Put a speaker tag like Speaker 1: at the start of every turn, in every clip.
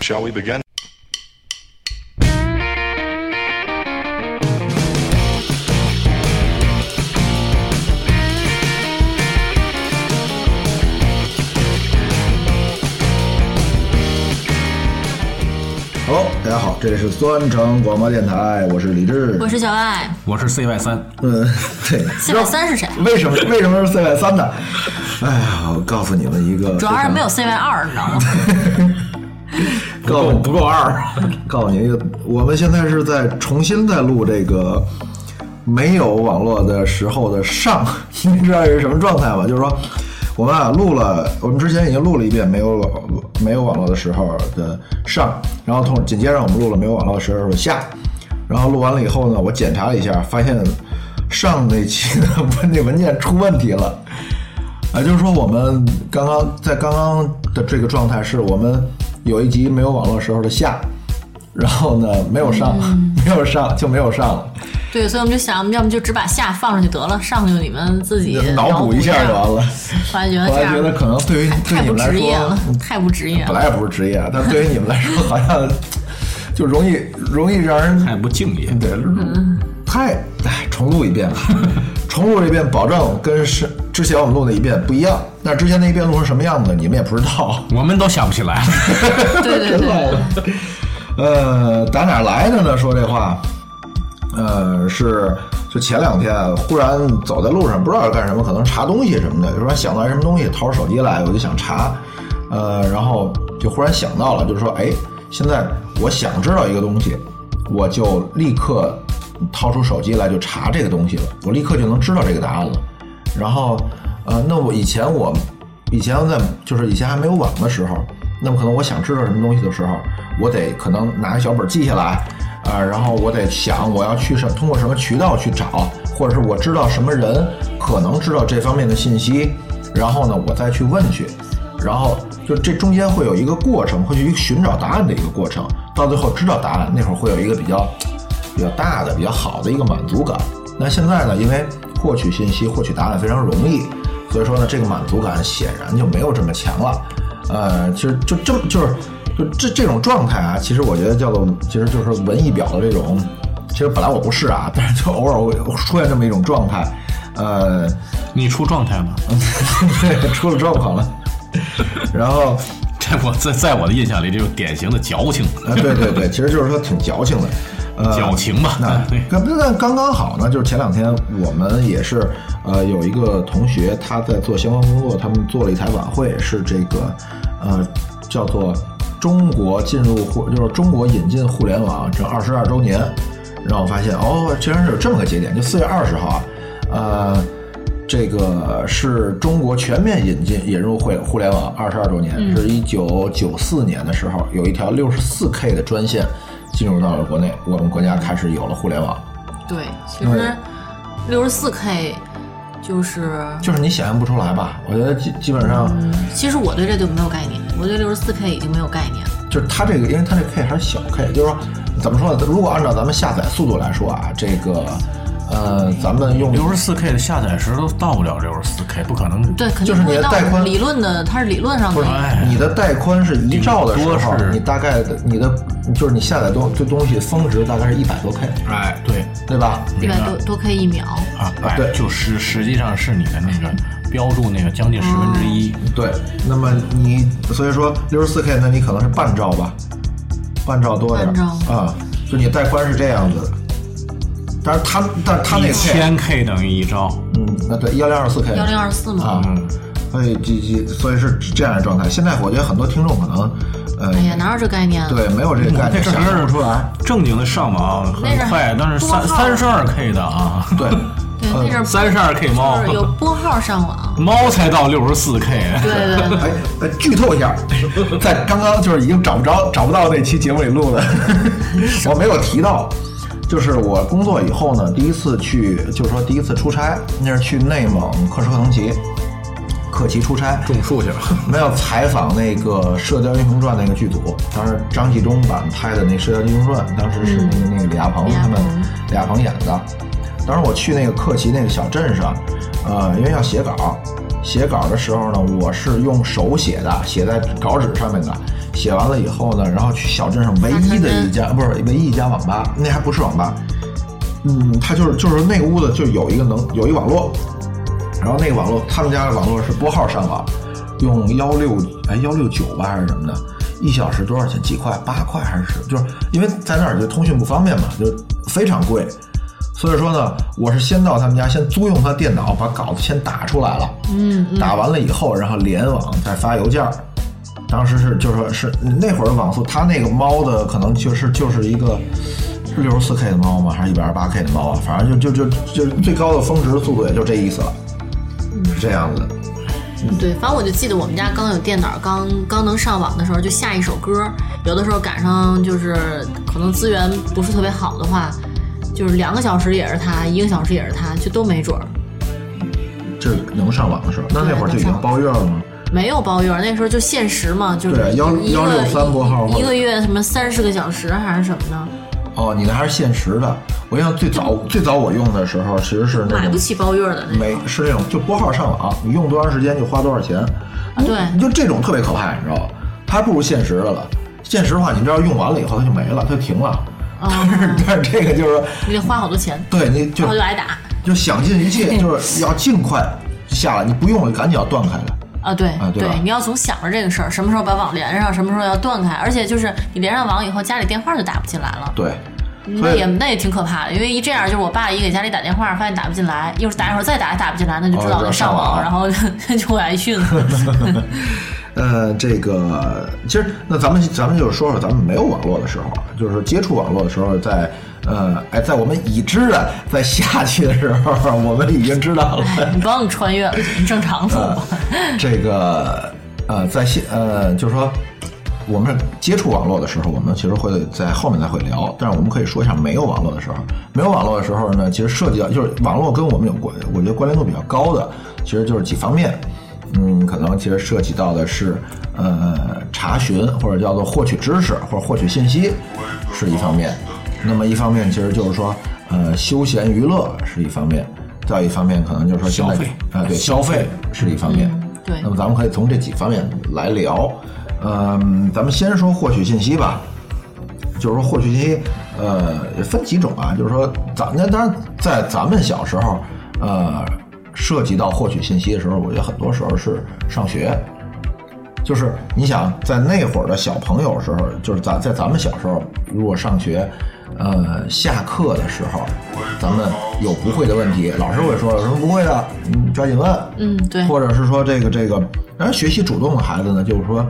Speaker 1: Shall we begin?
Speaker 2: 喽，大家好，这里是酸橙广播电台，我是李志。
Speaker 3: 我是小爱，
Speaker 4: 我是 CY 三，
Speaker 2: 嗯，对，
Speaker 3: 四百三是谁？
Speaker 2: 为什么为什么是 CY 三呢？哎呀，我告诉你们一个，
Speaker 3: 主要是没有 CY 二，你知道 吗？
Speaker 2: 告诉
Speaker 4: 不够二，
Speaker 2: 告诉你一个，我们现在是在重新在录这个没有网络的时候的上， 你知道是什么状态吗？就是说，我们啊录了，我们之前已经录了一遍没有网没有网络的时候的上，然后同紧接着我们录了没有网络的时候的下，然后录完了以后呢，我检查了一下，发现上那期的 那文件出问题了。啊，就是说我们刚刚在刚刚的这个状态是我们有一集没有网络时候的下，然后呢没有上，
Speaker 3: 嗯
Speaker 2: 没有上就没有上了，
Speaker 3: 对，所以我们就想，要么就只把下放上去得了，上去你们自己
Speaker 2: 脑补一下就完 了。
Speaker 3: 后来觉得
Speaker 2: 后
Speaker 3: 这
Speaker 2: 来
Speaker 3: 样
Speaker 2: 觉得可能对于对
Speaker 3: 太
Speaker 2: 你
Speaker 3: 不
Speaker 2: 们来
Speaker 3: 职业了
Speaker 2: 说，，
Speaker 3: 太不职业
Speaker 2: 本
Speaker 3: 了。
Speaker 2: 来也不是职业，啊但对于你们来说好像就容易容易让人
Speaker 4: 太不敬业。
Speaker 2: 对，太哎，重录一遍吧， 重录一遍，保证跟是之前我们录的一遍不一样。那之前那一遍录成什么样子，你们也不知道。
Speaker 4: 我们都想不起来，
Speaker 3: 对对对，
Speaker 2: 啊呃，打哪儿来的呢？说这话，呃，是就前两天忽然走在路上，不知道干什么，可能查东西什么的，就说想到什么东西，掏出手机来，我就想查，呃，然后就忽然想到了，就是说，哎，现在我想知道一个东西，我就立刻掏出手机来就查这个东西了，我立刻就能知道这个答案了。然后，呃，那我以前我以前在就是以前还没有网的时候，那么可能我想知道什么东西的时候，我得可能拿个小本记下来，呃，然后我得想我要去什通过什么渠道去找，或者是我知道什么人可能知道这方面的信息，然后呢，我再去问去。然后就这中间会有一个过程，会去寻找答案的一个过程，到最后知道答案那会儿会有一个比较比较大的、比较好的一个满足感。那现在呢，因为获取信息、获取答案非常容易，所以说呢，这个满足感显然就没有这么强了。呃，其实就这么就是就这这种状态啊，其实我觉得叫做其实就是文艺表的这种，其实本来我不是啊，但是就偶尔会出现这么一种状态，呃，
Speaker 4: 你出状态了。
Speaker 2: 对，出了状况了， 然后。
Speaker 4: 这我 在在我的印象里，这就是典型的矫情，
Speaker 2: 啊，对对对，其实就是说挺矫情的，呃，
Speaker 4: 矫情吧
Speaker 2: 那
Speaker 4: 嗯 对
Speaker 2: 那那刚刚好呢，就是前两天我们也是，呃，有一个同学他在做相关工作，他们做了一台晚会，是这个，呃，叫做中国进入互，就是中国引进互联网这二十二周年，让我发现哦，竟然是有这么个节点，就四月二十号啊，呃。这个是中国全面引进引入互互联网二十二周年，是一九九四年的时候，有一条六十四 K 的专线进入到了国内，我们国家开始有了互联网。
Speaker 3: 对，其实六十四 K 就是，
Speaker 2: 就是你想象不出来吧？我觉得基基本上
Speaker 3: 其实我对这就没有概念，我对六十四 K 已经没有概念了。
Speaker 2: 就是它这个，因为它这 K 还是小 K，就是说怎么说呢？如果按照咱们下载速度来说啊，这个呃，咱们用
Speaker 4: 六十四 K 的下载时都到不了六十四 K，不可能。
Speaker 3: 对，肯
Speaker 2: 就
Speaker 3: 定
Speaker 2: 是
Speaker 3: 不
Speaker 2: 你的
Speaker 3: 到
Speaker 2: 带宽
Speaker 3: 理论的，它是理论上的。
Speaker 4: 哎，
Speaker 2: 你的带宽是一兆的时
Speaker 4: 顶
Speaker 2: 候
Speaker 4: 多，是
Speaker 2: 你大概的你的就是你下载东这东西峰值大概是一百多 K，
Speaker 4: 哎，对
Speaker 2: 对吧？
Speaker 3: 一百多多 K 一秒，
Speaker 4: 啊，哎
Speaker 2: 对，
Speaker 4: 就是实际上是你的那个标注那个将近十分之一，
Speaker 2: 对，那么你所以说六十四 K，那你可能是半兆吧，半兆多点
Speaker 3: 半兆
Speaker 2: 儿啊、就你带宽是这样子的。但是它，但是它那
Speaker 4: 一
Speaker 2: K，
Speaker 4: 千 K 等于一兆，
Speaker 2: 嗯，那对幺零二四 K，
Speaker 3: 幺零二四嘛。
Speaker 2: 啊，所以这这所以是这样的状态。现在我觉得很多听众可能，呃
Speaker 3: 哎，呀，哪有这概念啊？
Speaker 2: 对，没有这个概念，
Speaker 4: 这
Speaker 2: 想
Speaker 4: 可
Speaker 2: 象
Speaker 4: 是
Speaker 2: 不出来。
Speaker 4: 正经的上网很
Speaker 3: 那是
Speaker 4: 快，但是
Speaker 3: 多
Speaker 4: 三
Speaker 3: 号
Speaker 4: 三十二 K 的啊，
Speaker 2: 对，
Speaker 3: 对，那
Speaker 2: 呃
Speaker 3: 阵儿
Speaker 4: 三十二 K 猫
Speaker 3: 就是有拨号上 网。
Speaker 4: 猫才到六十四 K，
Speaker 3: 对对对
Speaker 2: 哎，呃剧透一下，在刚刚就是已经找不着、找不到那期节目里录 的，我没有提到，就是我工作以后呢，第一次去，就是说第一次出差，那是去内蒙克什克腾旗，克旗出差，
Speaker 4: 种树去了。
Speaker 2: 没有采访那个《射雕英雄传》那个剧组，当时张纪中版拍的那《射雕英雄传》，当时是那个、那个李亚鹏
Speaker 3: 嗯李亚
Speaker 2: 他们
Speaker 3: 鹏
Speaker 2: 李亚鹏演的。当时我去那个克旗那个小镇上，呃，因为要写稿，写稿的时候呢，我是用手写的，写在稿纸上面的。写完了以后呢，然后去小镇上唯一的一家，不是唯一一家网吧，那还不是网吧，嗯，他就是就是那个屋子就有一个能有一网络，然后那个网络他们家的网络是拨号上网，用幺六哎幺六九吧还是什么的，一小时多少钱？几块？八块还是十？就是因为在那儿就通讯不方便嘛，就非常贵。所以说呢，我是先到他们家，先租用他电脑，把稿子先打出来了。
Speaker 3: 嗯，
Speaker 2: 打完了以后，然后联网再发邮件儿。当时是就说是那会儿的网速，它那个猫的可能就是就是一个是六十四 K 的猫吗？还是一百二十八 K 的猫啊？反正就就就就最高的峰值速度也就这意思了，
Speaker 3: 嗯
Speaker 2: 是这样子的。
Speaker 3: 对，反正我就记得我们家刚有电脑，刚刚能上网的时候，就下一首歌。有的时候赶上就是可能资源不是特别好的话，就是两个小时也是它，一个小时也是它，就都没准儿。
Speaker 2: 这能上网的时候，那那会儿就已经包月了吗？
Speaker 3: 没有包月，那时候就限时嘛，就是
Speaker 2: 对1
Speaker 3: 一个
Speaker 2: 163拨号或者
Speaker 3: 一个月什么三十个小时还是什么的，
Speaker 2: 哦，你那还是限时的。我印象最早最早我用的时候，其实是那
Speaker 3: 买
Speaker 2: 种
Speaker 3: 不起包月的那
Speaker 2: 没
Speaker 3: 种。
Speaker 2: 是那种就拨号上网，你用多长时间就花多少钱。
Speaker 3: 啊对
Speaker 2: 你就这种特别可怕，你知道吧？它还不如限时的了。限时的话，你知道用完了以后它就没了，它就停了。
Speaker 3: 哦
Speaker 2: 但是但是这个就是，
Speaker 3: 你得花好多钱，
Speaker 2: 对你就
Speaker 3: 然后就挨打
Speaker 2: 就想尽一 切，就是要尽快下来，你不用了赶紧要断开了。
Speaker 3: 啊！对
Speaker 2: 啊对吧
Speaker 3: 你要总想着这个事儿，什么时候把网连上，什么时候要断开，而且就是你连上网以后，家里电话就打不进来了。
Speaker 2: 对，所
Speaker 3: 嗯那
Speaker 2: 以
Speaker 3: 也那也挺可怕的，因为一这样就是我爸一给家里打电话，发现打不进来，一会儿打一会儿再打也打不进来，那就知
Speaker 2: 哦知
Speaker 3: 道
Speaker 2: 道
Speaker 3: 我上
Speaker 2: 上网
Speaker 3: 网，
Speaker 2: 了
Speaker 3: 然后就 就会挨训。
Speaker 2: 呃，这个其实那咱们咱们就是说说咱们没有网络的时候啊，就是说接触网络的时候在，呃哎，在我们已知的在下去的时候，我们已经知道了。
Speaker 3: 哎你不用穿越了，你正常走吧。
Speaker 2: 这个呃，在现呃，就是说我们接触网络的时候，我们其实会在后面再会聊，但是我们可以说一下没有网络的时候。没有网络的时候呢，其实涉及到就是网络跟我们有关，我觉得关联度比较高的，其实就是几方面。嗯，可能其实涉及到的是，呃，查询或者叫做获取知识或者获取信息是一方面。那么一方面其实就是说，呃，休闲娱乐是一方面，再有一方面可能就是说现在
Speaker 4: 消费
Speaker 2: 啊，对，消费是一方面。
Speaker 3: 对
Speaker 2: 那么咱们可以从这几方面来聊。嗯，咱们先说获取信息吧，就是说获取信息，呃，也分几种啊，就是说咱那当然在咱们小时候，呃，涉及到获取信息的时候，我觉得很多时候是上学。就是你想在那会儿的小朋友时候，就是咱在咱们小时候，如果上学，呃，下课的时候，咱们有不会的问题，老师会说有什么不会的，你抓紧问。
Speaker 3: 嗯，对，
Speaker 2: 或者是说这个这个，然后学习主动的孩子呢，就是说，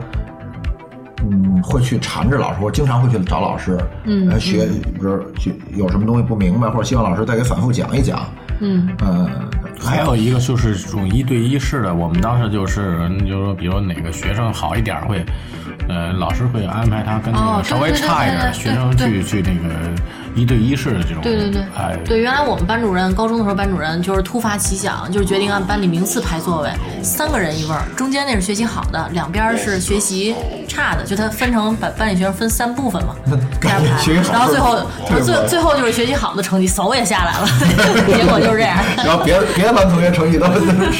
Speaker 2: 嗯，会去缠着老师，或者经常会去找老师，
Speaker 3: 嗯
Speaker 2: 呃，学，比如学有什么东西不明白，或者希望老师再给反复讲一讲，
Speaker 3: 嗯，
Speaker 2: 呃，
Speaker 4: 还有一个就是这种一对一式的，我们当时就是，你就说，比如哪个学生好一点儿会，呃，老师会安排他跟那
Speaker 3: 哦
Speaker 4: 个
Speaker 3: 对
Speaker 4: 稍微
Speaker 3: 对对
Speaker 4: 差一点儿的
Speaker 3: 对
Speaker 4: 学生
Speaker 3: 对
Speaker 4: 去去那个一对一式的这种，
Speaker 3: 对对对
Speaker 4: 哎，
Speaker 3: 对，原来我们班主任高中的时候，班主任就是突发奇想，就是决定按班里名次排座位，三个人一位儿，中间那是学习好的，两边儿是学习差的，就他分成把班里学生分三部分嘛，这样排
Speaker 2: 嗯学习，好
Speaker 3: 然后最后
Speaker 2: 这是我
Speaker 3: 他最最后就是学习好的成绩嗖也下来 了，结果就是这样，
Speaker 2: 然后别别的班同学成绩都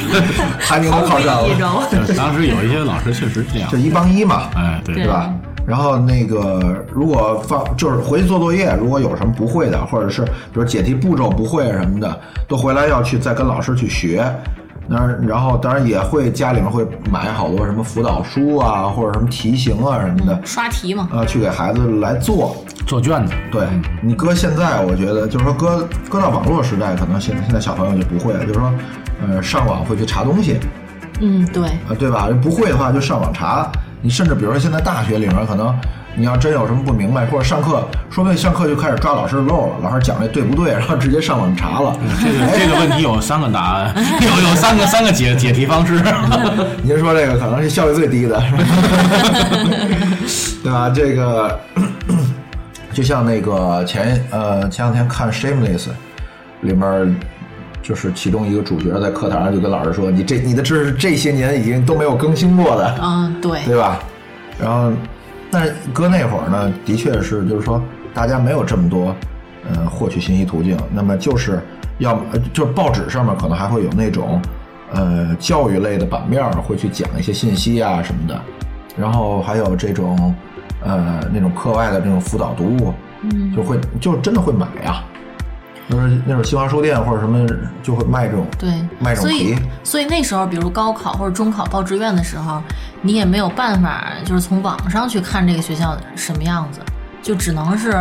Speaker 2: 排名
Speaker 3: 毫
Speaker 2: 都
Speaker 3: 无
Speaker 2: 靠
Speaker 3: 意
Speaker 2: 上
Speaker 4: 啊
Speaker 3: 义，你知
Speaker 2: 了，
Speaker 3: 道 吗？
Speaker 4: 对当时有一些老师确实这样
Speaker 2: 就，一帮一嘛，
Speaker 4: 哎，
Speaker 3: 对
Speaker 2: 对吧？然后那个，如果放就是回去做作业，如果有什么不会的，或者是比如解题步骤不会什么的，都回来要去再跟老师去学。那然后当然也会家里面会买好多什么辅导书啊，或者什么题型啊什么的，
Speaker 3: 刷题嘛，
Speaker 2: 呃，去给孩子来做。
Speaker 4: 做卷子，嗯
Speaker 2: 对你搁现在，我觉得就是说搁搁到网络时代，可能现现在小朋友就不会了，就是说，呃，上网会去查东西，
Speaker 3: 嗯，对，
Speaker 2: 啊，对吧？不会的话就上网查。你甚至比如说现在大学里面，可能你要真有什么不明白，或者上课，说不定上课就开始抓老师的漏了，老师讲这对不对，然后直接上网查了。
Speaker 4: 这个这个问题有三个答 案，有有三个三个解解题方式，
Speaker 3: 嗯
Speaker 2: 您说这个可能是效率最低的， 对吧？这个就像那个前呃前两天看《Shameless》里面，就是其中一个主角在课堂上就跟老师说：“你这你的知识这些年已经都没有更新过的。”
Speaker 3: 嗯，对，
Speaker 2: 对吧？然后，但是搁那会儿呢，的确是就是说，大家没有这么多，呃，获取信息途径，那么就是要么呃就是报纸上面可能还会有那种，呃，教育类的版面儿会去讲一些信息啊什么的，然后还有这种呃那种课外的这种辅导读物，
Speaker 3: 嗯
Speaker 2: 就会就真的会买呀、就是那种新华书店或者什么就会卖这种
Speaker 3: 对，
Speaker 2: 卖这种
Speaker 3: 所以
Speaker 2: 题，
Speaker 3: 所以那时候，比如高考或者中考报志愿的时候，你也没有办法，就是从网上去看这个学校什么样子，就只能是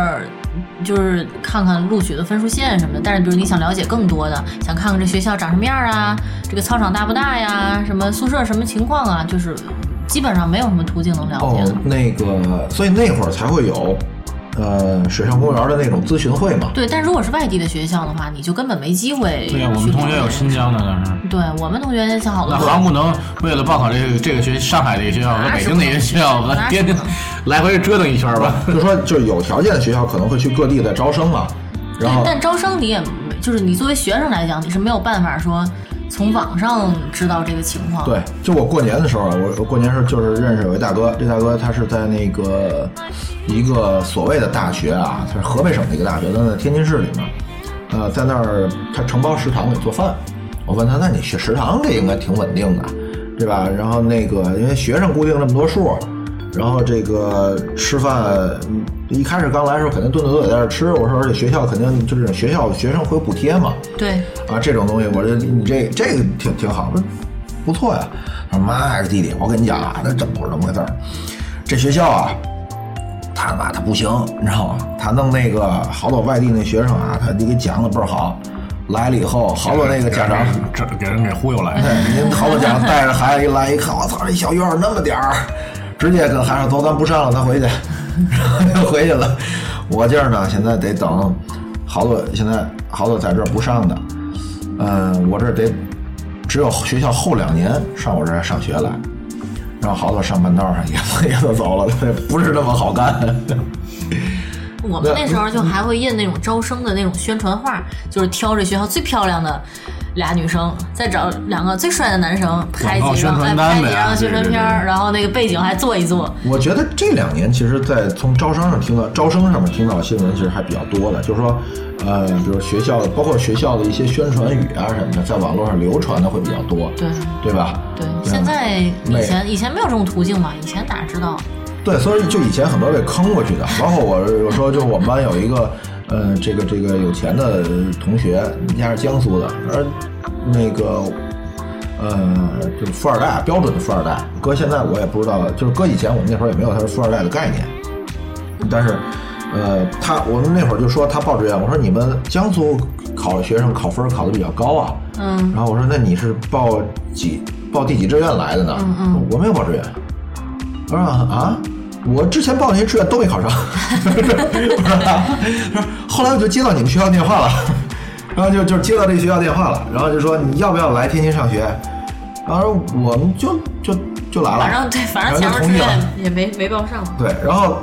Speaker 3: 就是看看录取的分数线什么的。但是，比如你想了解更多的，想看看这学校长什么样啊，这个操场大不大呀，什么宿舍什么情况啊，就是基本上没有什么途径能了解的。
Speaker 2: 哦，那个，所以那会儿才会有，呃，水上公园的那种咨询会嘛。
Speaker 3: 对，但如果是外地的学校的话，你就根本没机会去
Speaker 4: 对呀、
Speaker 3: 了解。
Speaker 4: 我们同学有新疆的，当时。
Speaker 3: 对我们同学像好多
Speaker 4: 那
Speaker 3: 都
Speaker 4: 韩不能为了报考这个这个学上海这个学校和北京那个学
Speaker 3: 那是
Speaker 4: 校，
Speaker 3: 不能
Speaker 4: 我天天来回折腾一圈吧。
Speaker 2: 就说就是有条件的学校可能会去各地再招生嘛，
Speaker 3: 对
Speaker 2: 然，后
Speaker 3: 但招生你也没就是你作为学生来讲，你是没有办法说从网上知道这个情况。
Speaker 2: 对，就我过年的时候啊，我我过年时候就是认识有一大哥，这大哥他是在那个一个所谓的大学啊，他是河北省的一个大学，但在天津市里面，呃，在那儿他承包食堂给做饭。我问他，那你学食堂这应该挺稳定的，对吧？然后那个因为学生固定这么多数，然后这个吃饭嗯一开始刚来的时候肯定顿顿都得在这儿吃，我说而且学校肯定就这种学校学生会有补贴嘛，
Speaker 3: 对
Speaker 2: 啊，这种东西，我觉得你这这个挺挺好，不是不错呀。他说妈呀，弟弟，我跟你讲啊，那真不是那么回事儿。这学校啊，他妈他不行，你知道吗？他弄那个好多外地那学生啊，他就给讲的倍儿好。来了以后，好多那个家长，哎
Speaker 4: 这给人给忽悠来的，
Speaker 2: 您好多 家长带着孩子一来一看，我操，这小院儿那么点儿，直接跟孩子说走，咱不上了，咱回去， 然后就回去了。我这儿呢，现在得等好多，现在好多在这儿不上的，嗯，我这儿得只有学校后两年上我这儿上学来，然后好多上半道上也 也都走了，不是那么好干。
Speaker 3: 我们那时候就还会印那种招生的那种宣传画，就是挑这学校最漂亮的俩女生，再找两个最帅的男生拍
Speaker 4: 广告
Speaker 3: 几
Speaker 4: 宣
Speaker 3: 张，
Speaker 4: 传
Speaker 3: 哎
Speaker 4: 单
Speaker 3: 拍几
Speaker 4: 呗
Speaker 3: 张宣传
Speaker 4: 对对
Speaker 3: 片儿，
Speaker 4: 对
Speaker 3: 然后那个背景还做一做。
Speaker 2: 我觉得这两年，其实，在从招生上听到招生上面听到的新闻，其实还比较多的，就是说，呃，比如学校的，包括学校的一些宣传语啊什么的，在网络上流传的会比较多，
Speaker 3: 对
Speaker 2: 对吧？
Speaker 3: 对，现在
Speaker 2: 没
Speaker 3: 以前以前没有这种途径嘛，以前哪知道？
Speaker 2: 对，所以就以前很多被坑过去的，包括我，我说就我们班有一个，呃，这个这个有钱的同学，人家是江苏的，而那个，呃，就是富二代，标准的富二代。搁现在我也不知道，就是搁以前我们那会儿也没有他是富二代的概念，但是，呃，他我们那会儿就说他报志愿，我说你们江苏考学生考分儿考的比较高啊，
Speaker 3: 嗯，
Speaker 2: 然后我说那你是报几报第几志愿来的呢？
Speaker 3: 嗯嗯
Speaker 2: 我没有报志愿。他说啊，我之前报那些志愿都没考上。 我说啊他说后来我就接到你们学校电话了，然后就就接到这个学校电话了，然后就说你要不要来天津上学？然后说我们就就就来了，
Speaker 3: 反正对，反正前
Speaker 2: 然后
Speaker 3: 面
Speaker 2: 就
Speaker 3: 志
Speaker 2: 同意了。
Speaker 3: 愿也没没报上。
Speaker 2: 对，然后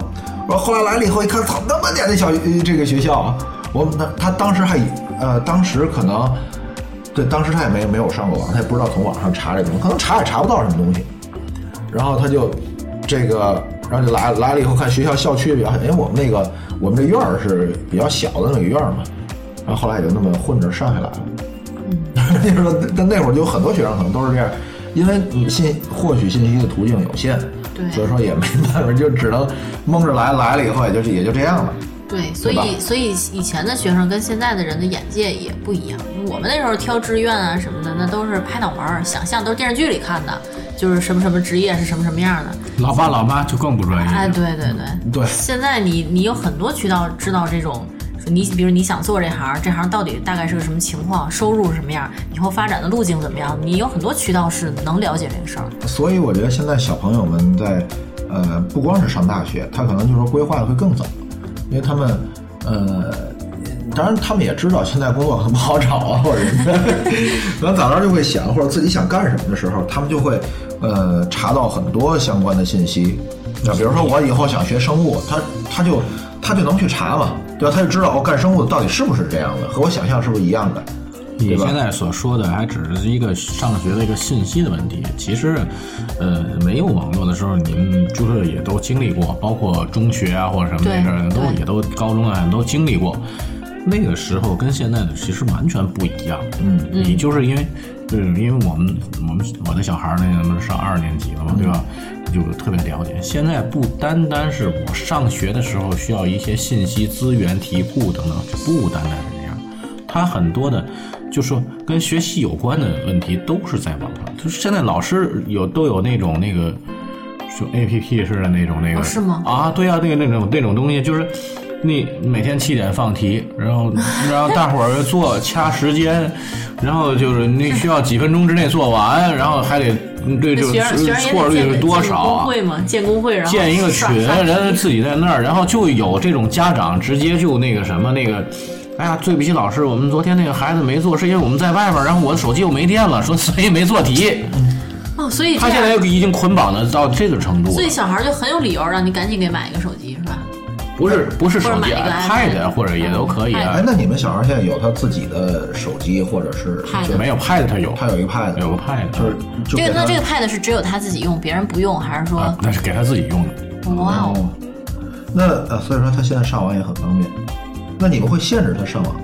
Speaker 2: 我后来来了以后一看，操，那么点的小呃这个学校，我们他他当时还以呃，当时可能对，当时他也没没有上过网，他也不知道从网上查这东西，可能查也查不到什么东西。然后他就这个，然后就来来了以后看学校校区比较，哎因为我们那个我们这院儿是比较小的那个院儿嘛，然后后来也就那么混着上下来了。那时候， 但那会儿就有很多学生可能都是这样，因为你信获取信息的途径有限，
Speaker 3: 对
Speaker 2: 所以说也没办法，就只能蒙着来，来了以后也就是也就这样了。
Speaker 3: 对，所
Speaker 2: 对
Speaker 3: 以
Speaker 2: 吧
Speaker 3: 所以以前的学生跟现在的人的眼界也不一样。我们那时候挑志愿啊什么的，那都是拍脑门儿想象，都是电视剧里看的，就是什么什么职业是什么什么样的。
Speaker 4: 老爸老妈就更不专业。
Speaker 3: 哎，对对对。
Speaker 2: 对，
Speaker 3: 现在你你有很多渠道知道这种，说你比如你想做这行，这行到底大概是个什么情况，收入是什么样，以后发展的路径怎么样，你有很多渠道是能了解这个事儿的。
Speaker 2: 所以我觉得现在小朋友们在，呃，不光是上大学，他可能就是说规划的会更早，因为他们，呃，当然他们也知道现在工作可能不好找啊，或者是，可能早早就会想，或者自己想干什么的时候，他们就会，呃，查到很多相关的信息。那比如说我以后想学生物，他他就他就能去查嘛，对吧？他就知道哦，干生物的到底是不是这样的，和我想象是不是一样的，
Speaker 4: 你
Speaker 2: 对吧
Speaker 4: 现？在所说的还只是一个上学的一个信息的问题，其实，呃，没有网络的时候，你们就是也都经历过，包括中学啊或者什么那阵儿
Speaker 3: 对
Speaker 4: 都
Speaker 3: 对
Speaker 4: 也都高中啊都经历过。那个时候跟现在的其实完全不一样。
Speaker 2: 嗯，
Speaker 4: 你就是因为，就是因为我们我们我的小孩儿那个不是上二年级了嘛，对吧？就特别了解。现在不单单是我上学的时候需要一些信息资源题库等等，不单单是这样，他很多的。就说跟学习有关的问题都是在网上，就是现在老师有都有那种那个，就 A P P 似的那种那个、
Speaker 3: 哦是吗
Speaker 4: 啊，对呀、那个那种那种东西，就是你每天七点放题，然后然后大伙儿做掐时间，然后就是你需要几分钟之内做完，然后还得嗯对，
Speaker 3: 那
Speaker 4: 就是
Speaker 3: 学生学生也
Speaker 4: 错
Speaker 3: 得建
Speaker 4: 率
Speaker 3: 个
Speaker 4: 是多少
Speaker 3: 建个工
Speaker 4: 啊？
Speaker 3: 会嘛，建工会，然后
Speaker 4: 建一个
Speaker 3: 刷
Speaker 4: 群，
Speaker 3: 刷
Speaker 4: 然后自己在那儿，然后就有这种家长直接就那个什么那个。哎呀，对不起老师，我们昨天那个孩子没做，是因为我们在外面，然后我的手机又没电了，说所以没做题。
Speaker 3: 哦，所以这
Speaker 4: 他现
Speaker 3: 样
Speaker 4: 在已经捆绑的到这个程度
Speaker 3: 所以
Speaker 4: 了，
Speaker 3: 小孩就很有理由让你赶紧给买一个手机，是吧？
Speaker 4: 不是不是
Speaker 3: 或者
Speaker 4: 手
Speaker 3: 买
Speaker 4: 机啊
Speaker 3: 一个
Speaker 4: iPad 或者也都可以啊
Speaker 2: 哎，，那你们小孩现在有他自己的手机，或者是
Speaker 3: Pad
Speaker 2: 就
Speaker 4: 没有 Pad 他有，
Speaker 2: 他有一个 pad，
Speaker 4: 有个 pad，
Speaker 2: 就是就
Speaker 3: 这
Speaker 2: 给
Speaker 3: 个
Speaker 2: 他
Speaker 3: 那这个 Pad 是只有他自己用，别人不用，还是说
Speaker 4: 啊，嗯那是给他自己用的。
Speaker 3: 哇哦？
Speaker 2: 哦，那呃，所以说他现在上网也很方便。那你们会限制他上网吗？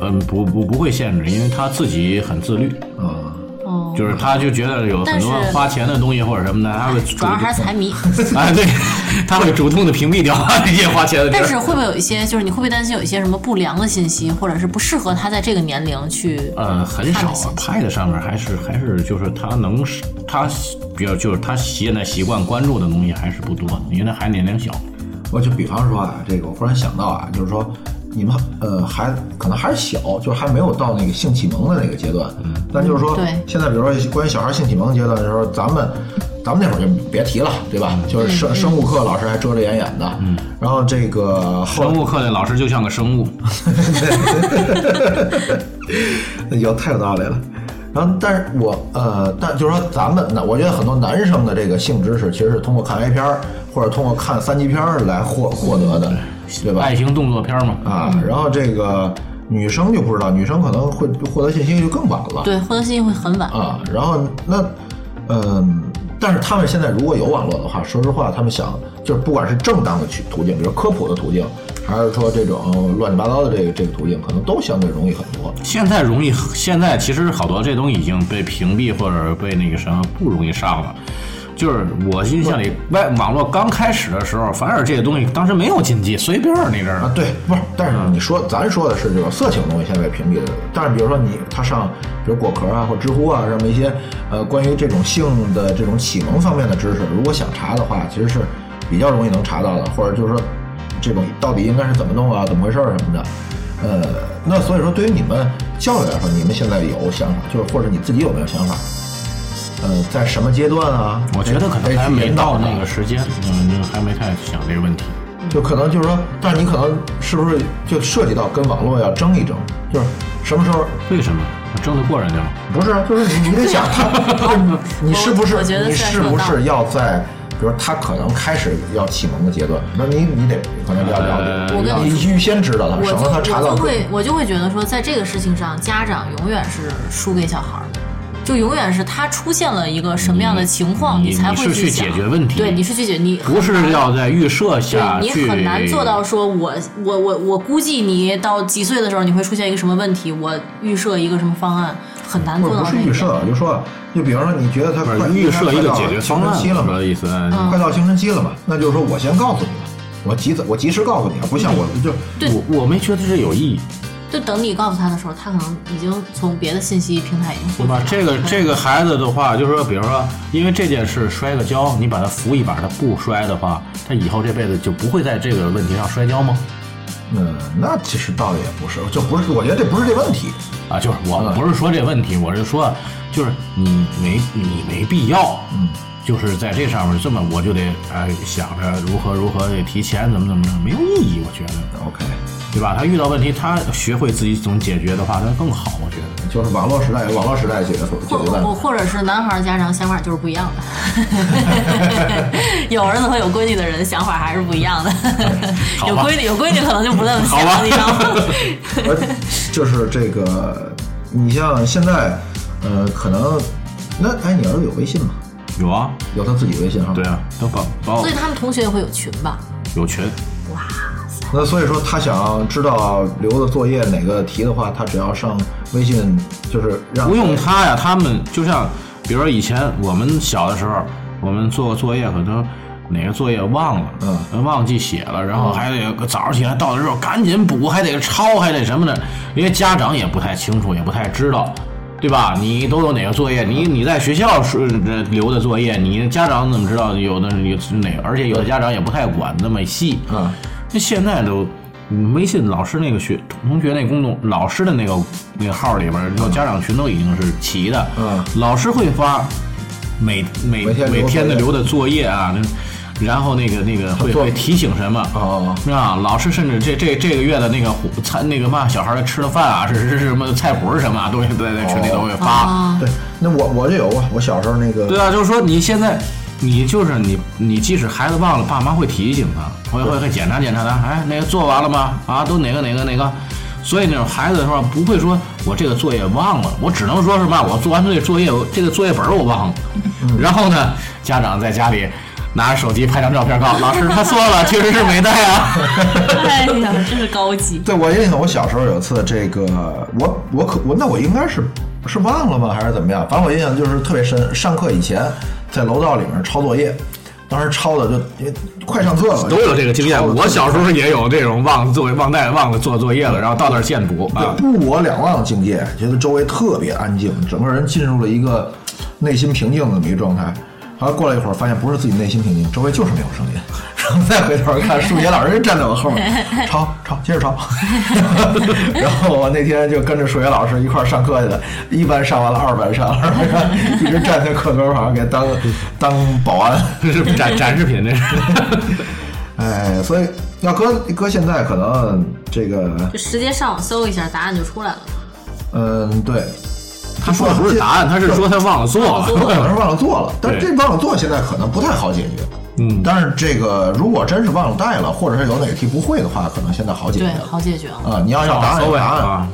Speaker 4: 嗯，不不不会限制，因为他自己很自律，
Speaker 2: 啊、
Speaker 3: 哦，
Speaker 4: 就是他就觉得有很多
Speaker 3: 但是
Speaker 4: 花钱的东西或者什么的，他会
Speaker 3: 嗯
Speaker 4: 主
Speaker 3: 主要还是财迷。
Speaker 4: 啊，对， 他会主动的屏蔽掉这些花钱的地
Speaker 3: 但是
Speaker 4: 儿。
Speaker 3: 会不会有一些，就是你会不会担心有一些什么不良的信息，或者是不适合他在这个年龄去？
Speaker 4: 呃，很少啊，Pad 上面还是还是就是他能是他比较就是他现在习惯关注的东西还是不多，因为他还年龄小。
Speaker 2: 我就比方说啊，这个我忽然想到啊，就是说你们呃还可能还是小，就是还没有到那个性启蒙的那个阶段。但就是说，
Speaker 3: 对
Speaker 2: 现在比如说关于小孩性启蒙阶段的时候，咱们咱们那会儿就别提了，对吧？
Speaker 3: 嗯
Speaker 2: 就是生生物课老师还遮遮掩掩的，然后这个后
Speaker 4: 生物课的老师就像个生物，
Speaker 2: 那有太有道理了。然后，但是我呃，但就是说咱们呢，我觉得很多男生的这个性知识，其实是通过看 A 片儿或者通过看三级片儿来获获得的，对吧？
Speaker 4: 爱情动作片嘛。
Speaker 2: 啊，然后这个女生就不知道，女生可能会获得信息就更晚了。
Speaker 3: 对，获得信息会很晚。
Speaker 2: 啊，然后那，嗯，但是他们现在如果有网络的话，说实话，他们想就是不管是正当的渠途径，比如科普的途径，还是说这种乱七八糟的这个这个途径，可能都相对容易很多。
Speaker 4: 现在容易，现在其实好多这东西已经被屏蔽或者被那个什么不容易上了。就是我印象里，外网络刚开始的时候，反而这些东西当时没有禁忌，随便儿那阵儿嗯
Speaker 2: 啊，对，不是，但是你说，咱说的是这个色情东西现在被屏蔽的，但是比如说你他上，比如果壳啊或知乎啊这么一些，呃，关于这种性的这种启蒙方面的知识，如果想查的话，其实是比较容易能查到的，或者就是说这种到底应该是怎么弄啊，怎么回事儿什么的，呃，那所以说对于你们教育来说，你们现在有想法，就是或者你自己有没有想法？呃，在什么阶段啊？
Speaker 4: 我觉得可能还没到那
Speaker 2: 个。
Speaker 4: 个时间，嗯，还没太想这个问题。
Speaker 2: 就可能就是说，但是你可能是不是就涉及到跟网络要争一争，就是什么时候
Speaker 4: 为什么我争得过人家吗？
Speaker 2: 不是，啊就是你你得想他， 他 你是不是
Speaker 3: 啊我觉得
Speaker 2: 你
Speaker 3: 虽然
Speaker 2: 是
Speaker 3: 说
Speaker 2: 不
Speaker 3: 到
Speaker 2: 是要在，比如他可能开始要启蒙的阶段，那你你得可能要了解，
Speaker 4: 呃
Speaker 3: 我跟
Speaker 2: 你预先知道他，
Speaker 3: 我
Speaker 2: 省
Speaker 3: 就
Speaker 2: 得他查
Speaker 3: 我
Speaker 2: 到
Speaker 3: 就。会我就会觉得说，在这个事情上，家长永远是输给小孩儿的，就永远是他出现了一个什么样的情况，
Speaker 4: 你
Speaker 3: 才
Speaker 4: 你
Speaker 3: 会
Speaker 4: 是去
Speaker 3: 想
Speaker 4: 解决问题
Speaker 3: 对，你是去解你
Speaker 4: 不是要在预设下
Speaker 3: 对
Speaker 4: 去，
Speaker 3: 你很难做到说我，我我我估计你到几岁的时候你会出现一个什么问题，我预设一个什么方案，很难
Speaker 2: 不
Speaker 3: 做
Speaker 2: 是
Speaker 3: 到
Speaker 2: 不是
Speaker 3: 这一
Speaker 2: 预
Speaker 3: 点。
Speaker 2: 设，啊就说就比方说你觉得他
Speaker 4: 不
Speaker 2: 快
Speaker 4: 是预设一个解决
Speaker 2: 青
Speaker 4: 方案，
Speaker 2: 春期了
Speaker 4: 我
Speaker 2: 嘛
Speaker 4: 说的，意思。嗯
Speaker 2: 快到青春期了嘛，那就是说我先告诉你了，我及早我及时告诉你了，不
Speaker 3: 嗯
Speaker 2: 像我就
Speaker 3: 对
Speaker 4: 我我没觉得这有意义，
Speaker 3: 就等你告诉他的时候，他可能已经从别的信息平台已经
Speaker 4: 对
Speaker 3: 获取
Speaker 4: 吧
Speaker 3: 了。？
Speaker 4: 这个这个孩子的话，就是说，比如说，因为这件事摔个跤，你把他扶一把，他不摔的话，他以后这辈子就不会在这个问题上摔跤吗？
Speaker 2: 嗯，那其实倒也不是，就不是，我觉得这不是这问题。
Speaker 4: 啊，就是我
Speaker 2: 嗯
Speaker 4: 不是说这问题，我是说，就是你没你没必要，
Speaker 2: 嗯，
Speaker 4: 就是在这上面这么我就得哎想着如何如何得提前怎么怎么着，没有意义，我觉得，
Speaker 2: OK，
Speaker 4: 对吧？他遇到问题，他学会自己怎么解决的话，那更好，我觉得。
Speaker 2: 就是网络时代，网络时代解决解
Speaker 3: 或
Speaker 2: 决办法。
Speaker 3: 或 或者是男孩儿家长想法就是不一样的， 有儿子和有闺女的人想法还是不一样的。
Speaker 4: 好吧
Speaker 3: 有闺女有闺女可能就不那么想
Speaker 4: 好吧
Speaker 3: 了，你知道吗？
Speaker 2: 而呃就是这个，你像现在，呃，可能那哎，你儿子有微信吗？
Speaker 4: 有啊，
Speaker 2: 有他自己微信号。
Speaker 4: 对。啊，都把把我
Speaker 3: 所以他们同学也会有群吧？
Speaker 4: 有群，
Speaker 3: 哇塞！
Speaker 2: 那所以说，他想知道刘的作业哪个题的话，他只要上微信，就是让
Speaker 4: 不用他呀，他们就像，比如说以前我们小的时候，我们做个作业，可能哪个作业忘了，嗯，忘记写了，然后还得早上起来到了之后赶紧补，还得抄，还得什么的，因为家长也不太清楚，也不太知道。对吧？你都有哪个作业？你你在学校是呃留的作业，你家长怎么知道有的有哪个？而且有的家长也不太管那么细。
Speaker 2: 嗯，
Speaker 4: 啊那现在都嗯微信老师那个学同学那公众老师的那个那个号里边儿，然后家长群都已经是齐的。
Speaker 2: 嗯，
Speaker 4: 老师会发每每
Speaker 2: 每天留
Speaker 4: 每天的
Speaker 2: 作业
Speaker 4: 留的作业啊，那然后那个那个会
Speaker 2: 做
Speaker 4: 会提醒什么？
Speaker 2: 哦，
Speaker 4: 啊，老师甚至这这这个月的那个虎餐那个嘛小孩儿吃的饭啊，是是是什么菜谱是什么啊，都会在在
Speaker 2: 哦
Speaker 4: 群里都会发。
Speaker 3: 啊，
Speaker 2: 对，那我我就有啊，我小时候那个
Speaker 4: 对啊，就是说你现在你就是你你即使孩子忘了，爸妈会提醒他，会会会检查检查他，哎，那个做完了吗？啊，都哪个哪个哪个。所以那种孩子的话，不会说我这个作业忘了，我只能说是嘛，我做完这个作业，我这个作业本儿我忘了。然后呢，家长在家里拿着手机拍张照片，告诉老师他错了，确实是没带啊。
Speaker 1: 哎呀，真是高级。
Speaker 2: 对，我印象，我小时候有一次，这个我我可我那我应该是是忘了吗，还是怎么样？反正我印象就是特别深。上课以前在楼道里面抄作业，当时抄的就因为快上课了，
Speaker 4: 都有这个经验。
Speaker 2: 抄得特别
Speaker 4: 我小时候也有这种忘作为忘带忘了做作业了，然后到那儿现补啊。
Speaker 2: 对不我两忘的境界，觉得周围特别安静，整个人进入了一个内心平静的这么一个状态。后来过了一会儿，发现不是自己内心平静，周围就是没有声音。 然后再回头看，数学老师站在我后面，抄抄，接着抄。 然后我那天就跟着数学老师一块儿上课去了，一班上完了，二班上，二班上一直站在课桌旁给当 当保安。
Speaker 4: 这 是展展示品，这是。
Speaker 2: 哎，所以要搁搁现在，可能这个
Speaker 3: 就直接上网搜一下，答案就出来了。
Speaker 2: 嗯，对，
Speaker 4: 他说的不是答案，他是说他忘了做
Speaker 2: 可能
Speaker 4: 了。
Speaker 2: 是忘了做了，但是这
Speaker 4: 对
Speaker 2: 忘了做现在可能不太好解决。
Speaker 4: 嗯
Speaker 2: 但是这个如果真是忘了带了，或者是有哪个题不会的话，可能现在好解决
Speaker 3: 对，
Speaker 2: 了。
Speaker 3: 好解决了。
Speaker 2: 啊、你要要答案
Speaker 4: 搜
Speaker 2: 有
Speaker 4: 呀
Speaker 2: 答案，嗯
Speaker 4: 啊，